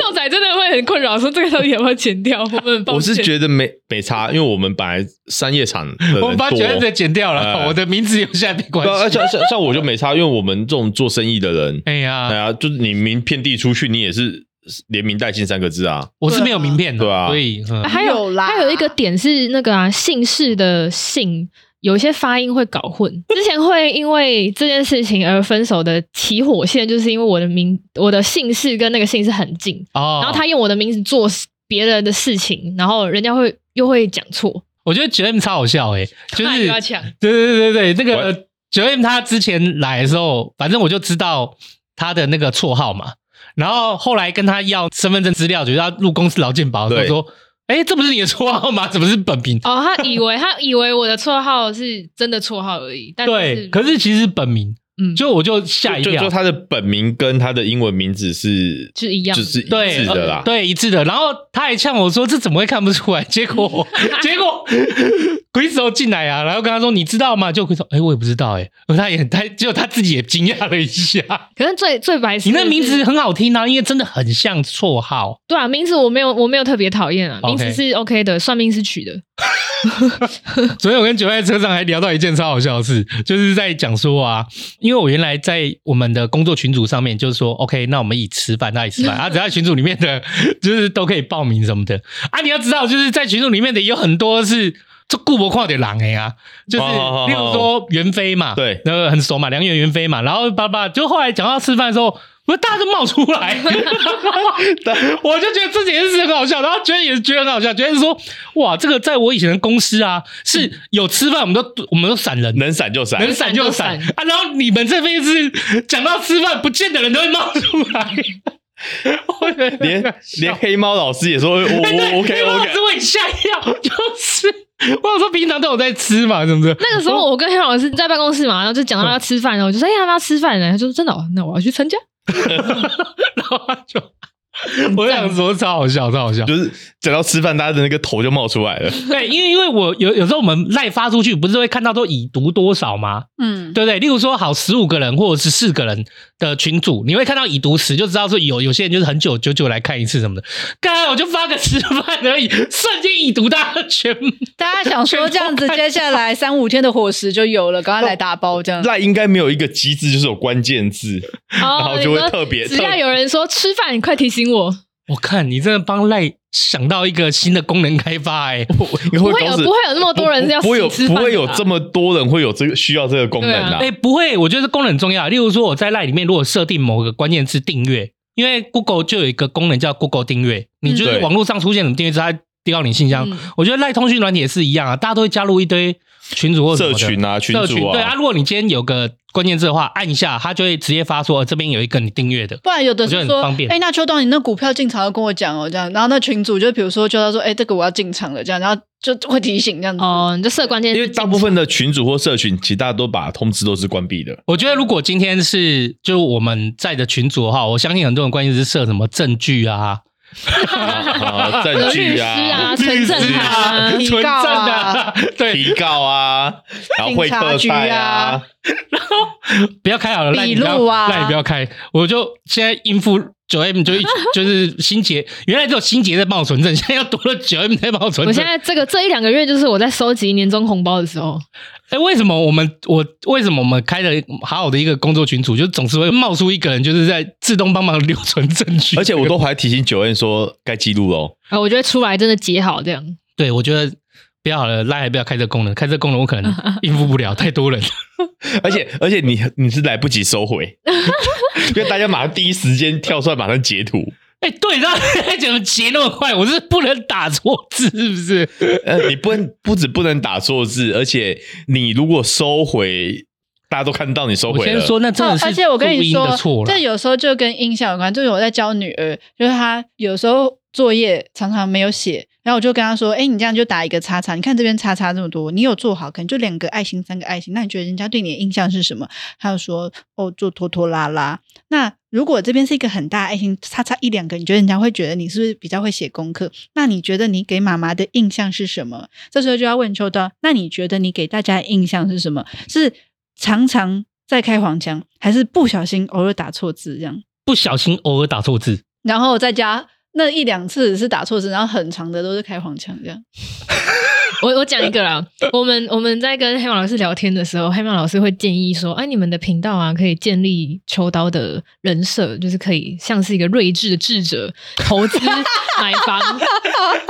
豆仔真的会很困扰，说这个到底有没有剪掉？我们很抱
我
歉
是觉得没没差，因为我们本来商业场的 人
我们把
多
九月的剪掉
哎
了，我的名字留下没关
对啊，
系。
像像像我就没差，因为我们这种做生意的人，
哎
哎
啊
呀，
呀，就是你名片递出去，你也是连名带姓三个字啊。
我是没有名片的，
对啊
所以嗯
啊还
有啦
还有一个点是那个啊，姓氏的姓有一些发音会搞 混。之前会因为这件事情而分手的起火线，就是因为我的名我的姓氏跟那个姓氏很近，
哦，
然后他用我的名字做别人的事情，然后人家会又会讲错，
我觉得九 M 超好笑哎，就
那你
是
就要抢。
对对对对，那个
我
九 M 他之前来的时候，反正我就知道他的那个绰号嘛，然后后来跟他要身份证资料，就是要入公司劳健保的时候说，哎，这不是你的绰号吗？怎么是本名？
哦，他以为他以为我的绰号是真的绰号而已，但
对，可是其实是本名，
嗯，
就我就吓一
就
跳
就，他的本名跟他的英文名字是
是一样的
就是一
对
致的啦。
呃对一致的。然后他还呛我说：“这怎么会看不出来？” 结 果结果鬼手进来啊，然后跟他说：“你知道吗？”就鬼手，哎，我也不知道哎、然后他也他只有他自己也惊讶了一下。
可是最最白痴
你
的是，
那名字很好听啊，因为真的很像绰号。
对啊，名字我没有我没有特别讨厌啊，
OK
名字是 OK 的，算命是取的，
昨天我跟九在车上还聊到一件超好笑的事，就是在讲说啊，因为我原来在我们的工作群组上面，就是说 OK，那我们以吃饭，那以吃饭啊，只要群组里面的，就是都可以报名什么的啊。你要知道，就是在群组里面的有很多是。就顾博跨点狼哎呀，就是
哦哦哦
例如说袁飞嘛，
对
那个很熟嘛，梁远袁飞嘛，然后爸爸就后来讲到吃饭的时候，我大家都冒出来， 我就觉得这件事很好笑，然后觉得也觉得很好笑，觉得说哇，这个在我以前的公司啊，是有吃饭我们都我们都闪人。
能闪就闪，
能闪就闪
能闪就
啊！然后你们这边是讲到吃饭，不见的人都会冒出来。我觉得
连连黑猫老师也说，呃我我 OK
因为我
OK，
只会吓一跳，就是我想说平常都有在吃嘛，是不是？
那个时
哦
候我跟黑老师在办公室嘛，然后就讲到
嗯
要吃饭了，我就说哎呀，要不要吃饭呢，他就说真的哦，那我要去 参加。
然后他就我想说超好笑，超好笑。
就是讲到吃饭，大家的那个头就冒出来了。
对，因为因为我有有时候我们赖发出去，不是会看到都已读多少吗？
嗯，
对不对？例如说，好十五个人或者是四个人的群组，你会看到已读时，就知道说有有些人就是很久久久来看一次什么的。刚我就发个吃饭而已，瞬间已读大家全部。
大家想说这样子，接下来三五天的伙食就有了，赶快来打包这样。
嗯
赖应该没有一个机制，就是有关键字，
然
后就会特别
哦只要有人说吃饭，快提醒我，
我看你真的帮赖想到一个新的功能开发 哎、
应该
不会
搞
有
死
不会有那么多人要
不会有
请吃饭
不
的吧
会有这么多人会有这个需要这个功能
对
啊
啊
哎、不会，我觉得这功能很重要。例如说，我在赖里面如果设定某个关键字订阅，因为 Google 就有一个功能叫 Google 订阅，你就是
对
网络上出现什么订阅，它丢到你信箱。
嗯
我觉得赖通讯软体也是一样啊，大家都会加入一堆群组或什么
社
的
群啊，群
社
主
对啊，
啊，
如果你今天有个关键字的话，按一下，它就会直接发说、呃这边有一个你订阅的。
不然有的
我
是
觉得
说
很方，便
哎、那秋冬你那股票进场要跟我讲哦，这样，然后那群主就比如说秋冬说，哎、这个我要进场了，这样，然后就会提醒这样子。
哦，你就设关键
因
字，
为大部分的群主或社群，其实大家都把通知都是关闭的。
我觉得如果今天是就我们在的群组的话，我相信很多人关键是设什么证据啊、
啊，
有
证
律
据
师
啊
啊，，存证函啊，
存证啊，对，
提告啊，然后会客
警察
菜
局啊
啊，
不要开好了，赖你
笔
不
录
要，
啊
赖你不要开，我就现在应付九 M 就一就是心杰， 原来只有心杰在帮我存证，现在又多了九 M 在帮我 存
我
证
现。在这个这一两个月，就是我在收集年终红包的时候，
哎、为什么我们我为什么我们开了好好的一个工作群组，就总是会冒出一个人，就是在自动帮忙留存证据？
而且我都还提醒九恩说该记录喽。
啊，我就会出来真的截好这样。
对我觉得不要好了，赖还不要开这个功能，开这个功能我 可能应付不了，太多人。
而且而且你你是来不及收回， 因为大家马上第一时间跳出来，马上截图。
哎、对，然后怎么截那么快？我是不能打错字，是不是？
呃，你不能不止不能打错字，而且你如果收回，大家都看到你收
我
回
先
了。
说，那真的是
哦而且我跟
录
你
音
说
的错，了
这。有时候就跟音响有关。就是我在教女儿，就是她有时候作业常常没有写，然后我就跟她说：“哎、你这样就打一个叉叉，你看这边叉叉这么多，你有做好，可能就两个爱心、三个爱心。那你觉得人家对你的印象是什么？”她就说：“哦，做拖拖拉拉。”那如果这边是一个很大的爱心，叉叉一两个，你觉得人家会觉得你是不是比较会写功课？那你觉得你给妈妈的印象是什么？这时候就要问秋刀，那你觉得你给大家的印象是什么？是常常在开黄腔，还是不小心偶尔打错字这样？
不小心偶尔打错字，
然后再加那一两次是打错字，然后很长的都是开黄腔这样。
我我讲一 个啦，我们我们在跟黑马老师聊天的时候，黑马老师会建议说，哎，你们的频道啊，可以建立秋刀的人设，就是可以像是一个睿智的智者，投 资买房，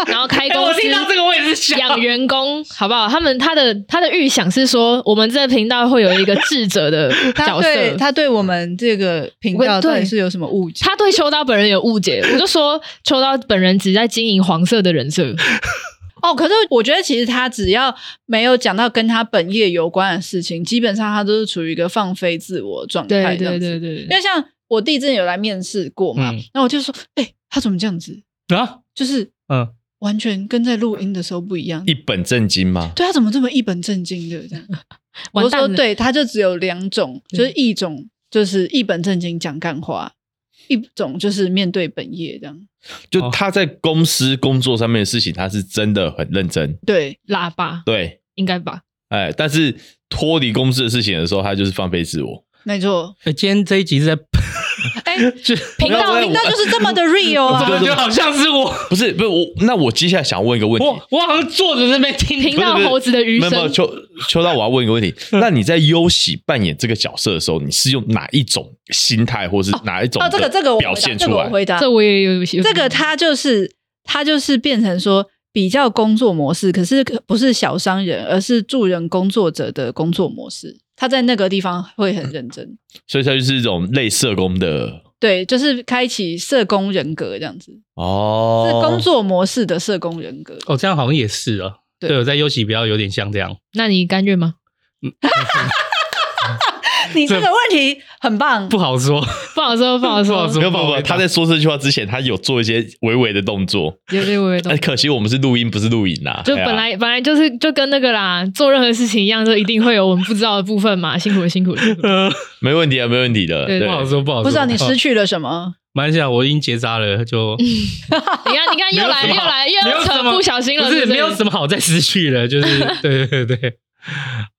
然后开
哎、
公
我
司。
听到这个我也是想，
养员工好不好？他们他的他的预想是说，我们这个频道会有一个智者的
他
角
对
色，
他对我们这个频道
我
到
对
底是有什么误解？
他对秋刀本人有误解，我就说秋刀本人只在经营黄色的人设，
哦，可是我觉得其实他只要没有讲到跟他本业有关的事情，基本上他都是处于一个放飞自我状
对
态这样
对
子。
对对
因为像我弟之前有来面试过嘛，
嗯
然后我就说，哎、他怎么这样子？
啊，
就是
嗯，
完全跟在录音的时候不一样。
一本正经嘛，
对他怎么这么一本正经的这样？我
完
就
蛋
说
了，嗯
对，他就只有两种，
对
就是一种就是一本正经讲干话，一种就是面对本业这样。
哦
就他在公司工作上面的事情，他是真的很认真，
对
喇叭
对，
应该吧？
哎，但是脱离公司的事情的时候，他就是放飞自我，
没错，
哎今天这一集是在
哎、
就
没
频
有
道
我
频道就是这么 的 real
我
怎
对
么
对
啊。
觉得好像是我，
不是不是我，那我接下来想问一个问题，
我我好像坐着这边听
频
不是
道
不是
猴子的余
没有没有，
生，
秋秋到我要问一个问题，
嗯
那你在优喜扮演这个角色的时候，你是用哪一种心态，或是哪一种
哦，这个这个我
表
回答，
现
这
出
个我
来？
回答，
这我也有有
这个他就是他就是变成说比较工作模式，可是不是小商人，而是助人工作者的工作模式。他在那个地方会很认 真，
所以它就是一种类社工的
对，就是开启社工人格这样子，
哦
是工作模式的社工人格。
哦，这样好像也是啊。
对
对，我在优喜比较有点像这样，
那你甘愿吗？
你这个问题很棒，
不好说，
不好说，不好
不好
说，
说
没有没有，没有他在说这句话之前，他有做一些微微的动作。
有对我也懂
哎，。可惜我们是录音，不是录影啊。
就
哎呀
本来、本来就是就跟那个啦，做任何事情一样，就一定会有我们不知道的部分嘛，辛苦了辛苦了。辛苦了
没问题啊，没问题的。
对
对
不，好说，不好说。
不知道你失
去，
去了什么？
马来西亚啊我已经结扎了， 就
你看你看 又来
没有什
又
么好
来又
没有
要
什
扯
么
不小心了，
不是
不
没有什么好再失去了，就是 对对对对。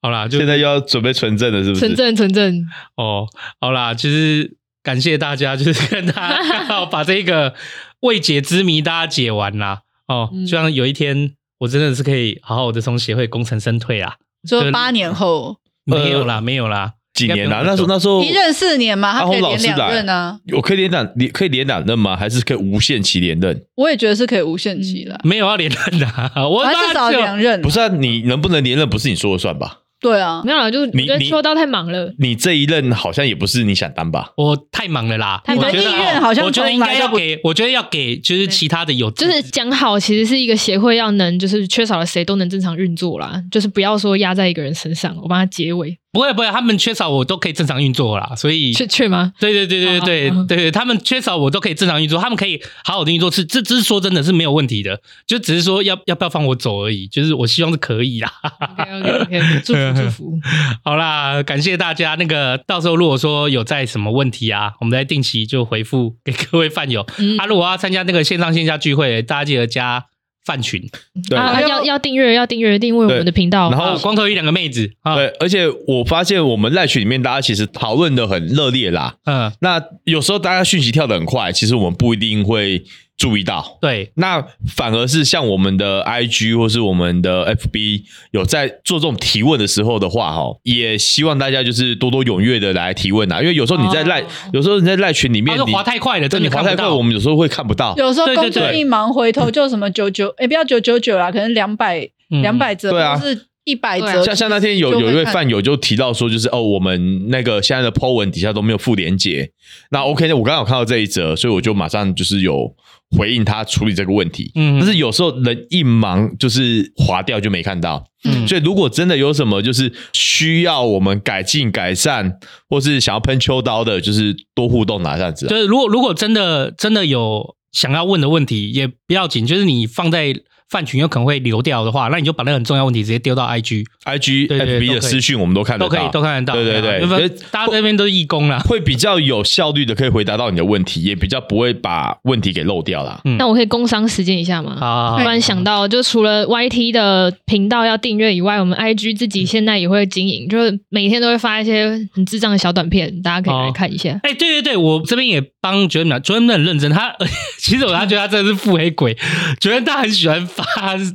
好啦，就
现在又要准备纯正的，是不是？
纯正纯正，
哦，好啦，就是感谢大家，就是跟大 家刚好把这个未解之谜大家解完啦。哦，
嗯
希望有一天我真的是可以好好的从协会功成身退啦。
说
对
八年后，
没有啦，没有啦，
几年啊？
应该不
那时
用
候那时候
一任四年嘛，
阿
他可
红
以
啊老
连
师
两任
来，
啊。
我可以连两连可以连两任吗？还是可以无限期连任？
我也觉得是可以无限期了，
没有要连任的、 啊，我
反正至少
就
两任啊。
不是啊，你能不能连任不是你说了算吧？
对啊，
没有啦，就是我
你
觉得
你
秋刀太忙了，
你这一任好像也不是你想当吧？
我太忙了啦，
太忙
我觉得
你的意
愿好像
我觉得应
从来
该
都
要
不
给，我觉得要给就是其他的有志
就是讲好，其实是一个协会要能就是缺少了谁都能正常运作啦，就是不要说压在一个人身上，我帮他结尾，
不会不会，他们缺少我都可以正常运作啦，所以
确确 吗？
对对对对对
好好
对对，他们缺少我都可以正常运作，他们可以好好的运作，是这这是说真的是没有问题的，就只是说要要不要放我走而已，就是我希望是可以啦。
OK OK OK，祝福祝福，
好啦，感谢大家，那个到时候如果说有在什么问题啊，我们再定期就回复给各位饭友。
嗯
啊，如果要参加那个线上线下聚会，大家记得加饭群，
对
啊，要要订阅要订阅订阅我们的频道，
然后
啊，光头一两个妹子啊，
对，而且我发现我们赖群里面大家其实讨论的很热烈啦。
嗯，
那有时候大家讯息跳得很快，其实我们不一定会注意到。
对，
那反而是像我们的 IG 或是我们的 FB 有在做这种提问的时候的话，哈，也希望大家就是多多踊跃的来提问啊，因为有时候你在赖，
哦
有时候你在赖群里面
他说
你
啊滑太快了，
对
真
你
的
滑
看
太
不
快，
到。
我们有时候会看不到。
有时候
对对
工作
对
一忙，回头就什么九九，哎，不要九九九啦，可能两百
嗯
两百折，
对啊
或是一百
对啊
折。
像像那天有
就会
有一位
看
饭友就提到说，就是哦，我们那个现在的 Po 文底下都没有附连接。那 OK，我刚刚有看到这一则，所以我就马上就是有回应他处理这个问题。
嗯
但是有时候人一忙就是划掉就没看到，
嗯
所以如果真的有什么就是需要我们改进改善，或是想要喷秋刀的，就是多互动拿这样子啊、
就是如果如果真的真的有想要问的问题，也不要紧，就是你放在饭群有可能会流掉的话，那你就把那个很重要问题直接丢到 IG，
IG、
对对
FB 的
都可以
私讯我们都看得
都可以
到，
都看得到。
对对对
啊因为
因为
大家这边都是义工啦。
会比较有效率的可以回答到你的问题，也比较不会把问题给漏掉啦。
嗯，
那我可以工商时间一下吗？
好，
突然想到，就除了 YT 的频道要订阅以外，我们 IG 自己
嗯
现在也会经营，就是每天都会发一些很智障的小短片，大家可以来看一 下。
哎、对对对，我这边也帮 j o r d a n j o r d a n 很认真，他 其实我他觉得他真的是腹黑鬼 j o r d a n 他很喜欢发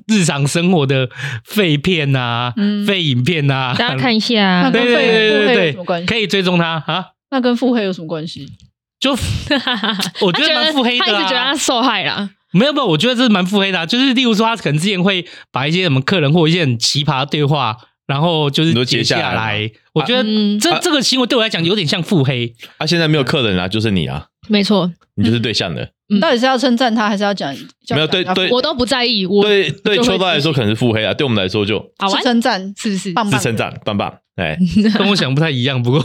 日常生活的废片呐、
嗯
废影片呐、
大家看一下
那，
对，
跟
对
肺
对
肺
对
有
对
什么关
对，
系
可以追踪他啊。
那跟腹黑有什么关系？
就我觉
他
得蛮腹黑的、啊，
他一直觉得他受害啦，
没有没有，我觉得这是蛮腹黑的啊、就是例如说，他可能之前会把一些什么客人或一些很奇葩的对话，然后就是
你都
截
截下
下
来吗
来。我觉得
嗯
这、
啊
这个行为对我来讲有点像腹黑，
啊，现在没有客人啦、就是你啊，
没错，
你就是对象的。
嗯
你到底是要称赞他，还是要讲？叫
没有对
讲他
对
我都不在意，我
对对，
就会哦
秋刀来说可能是腹黑啊，对我们来说就
好玩
是称赞，
是不是？
棒
是
棒
成长，棒棒。哎，
嗯
跟我想不太一样，不过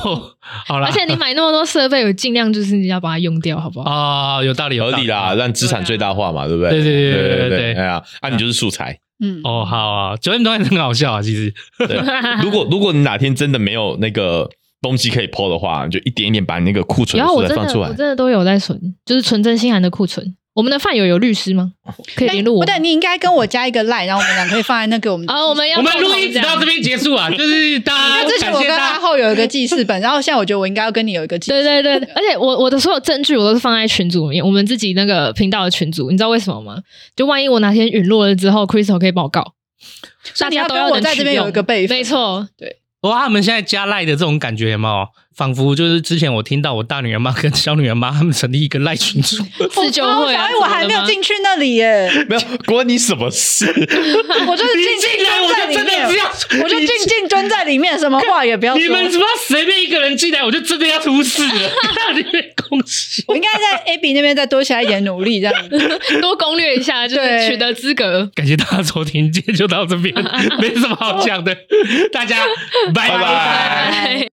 好 啦，
而且你买那么多设备，我尽量就是你要把它用掉，好不好？
啊，有道理，有
合
道
理啦，。让资产最大化嘛，对不对？
对对对
对
对对对
哎呀，啊，你就是素 材。
嗯，
哦，好啊，九点多还是很好笑啊，其实
对，如果如果你哪天真的没有那个东西可以抛的话，你就一点一点把你那个库存
然
的
后
素
啊我
材
真
放
的
出
我
来。
真的都有在存，就是纯真心寒的库存。我们的饭友有律师 吗？可以联络
不
我吗。
对，你应该跟我加一个 line，然后我们俩可以放在那个我们
啊，我们要
我们
共
录
同
音直到
样
这边结束啊，就是大
那
家
之前
感
我
谢
跟阿
大家。
后有一个记事本，然后现在我觉得我应该要跟你有一个记事
对对对，对而且我我的所有证据我都是放在群组里面，我们自己那个频道的群组，你知道为什么吗？就万一我哪天陨落了之后，Crystal 可以报告，
所
大
以你要
家都
跟我
能
在
取
这边有
用
一个备份
没错，
哇，他们现在加赖的这种感觉有没有？仿佛就是之前我听到我大女儿妈跟小女儿妈他们成立一个赖群组，
自救会啊
哎，我还没有，进去那里耶，
没有，关你什么事？
我就是
你
静静
进来
蹲
我
在
就
里
真的是
面，
要，
我就静静蹲在里面，什么话也不要
你们他
说。
妈随便一个人进来，我就真的要出事 了，让你们恭喜。
我应该在 Abby 那边再多下一点努力，这样子。
怎么了吗多攻略一下，就是
对
取得资格。
感谢大家收听，今天就到这边，没什么好讲的，大家拜
拜
拜
哎
拜。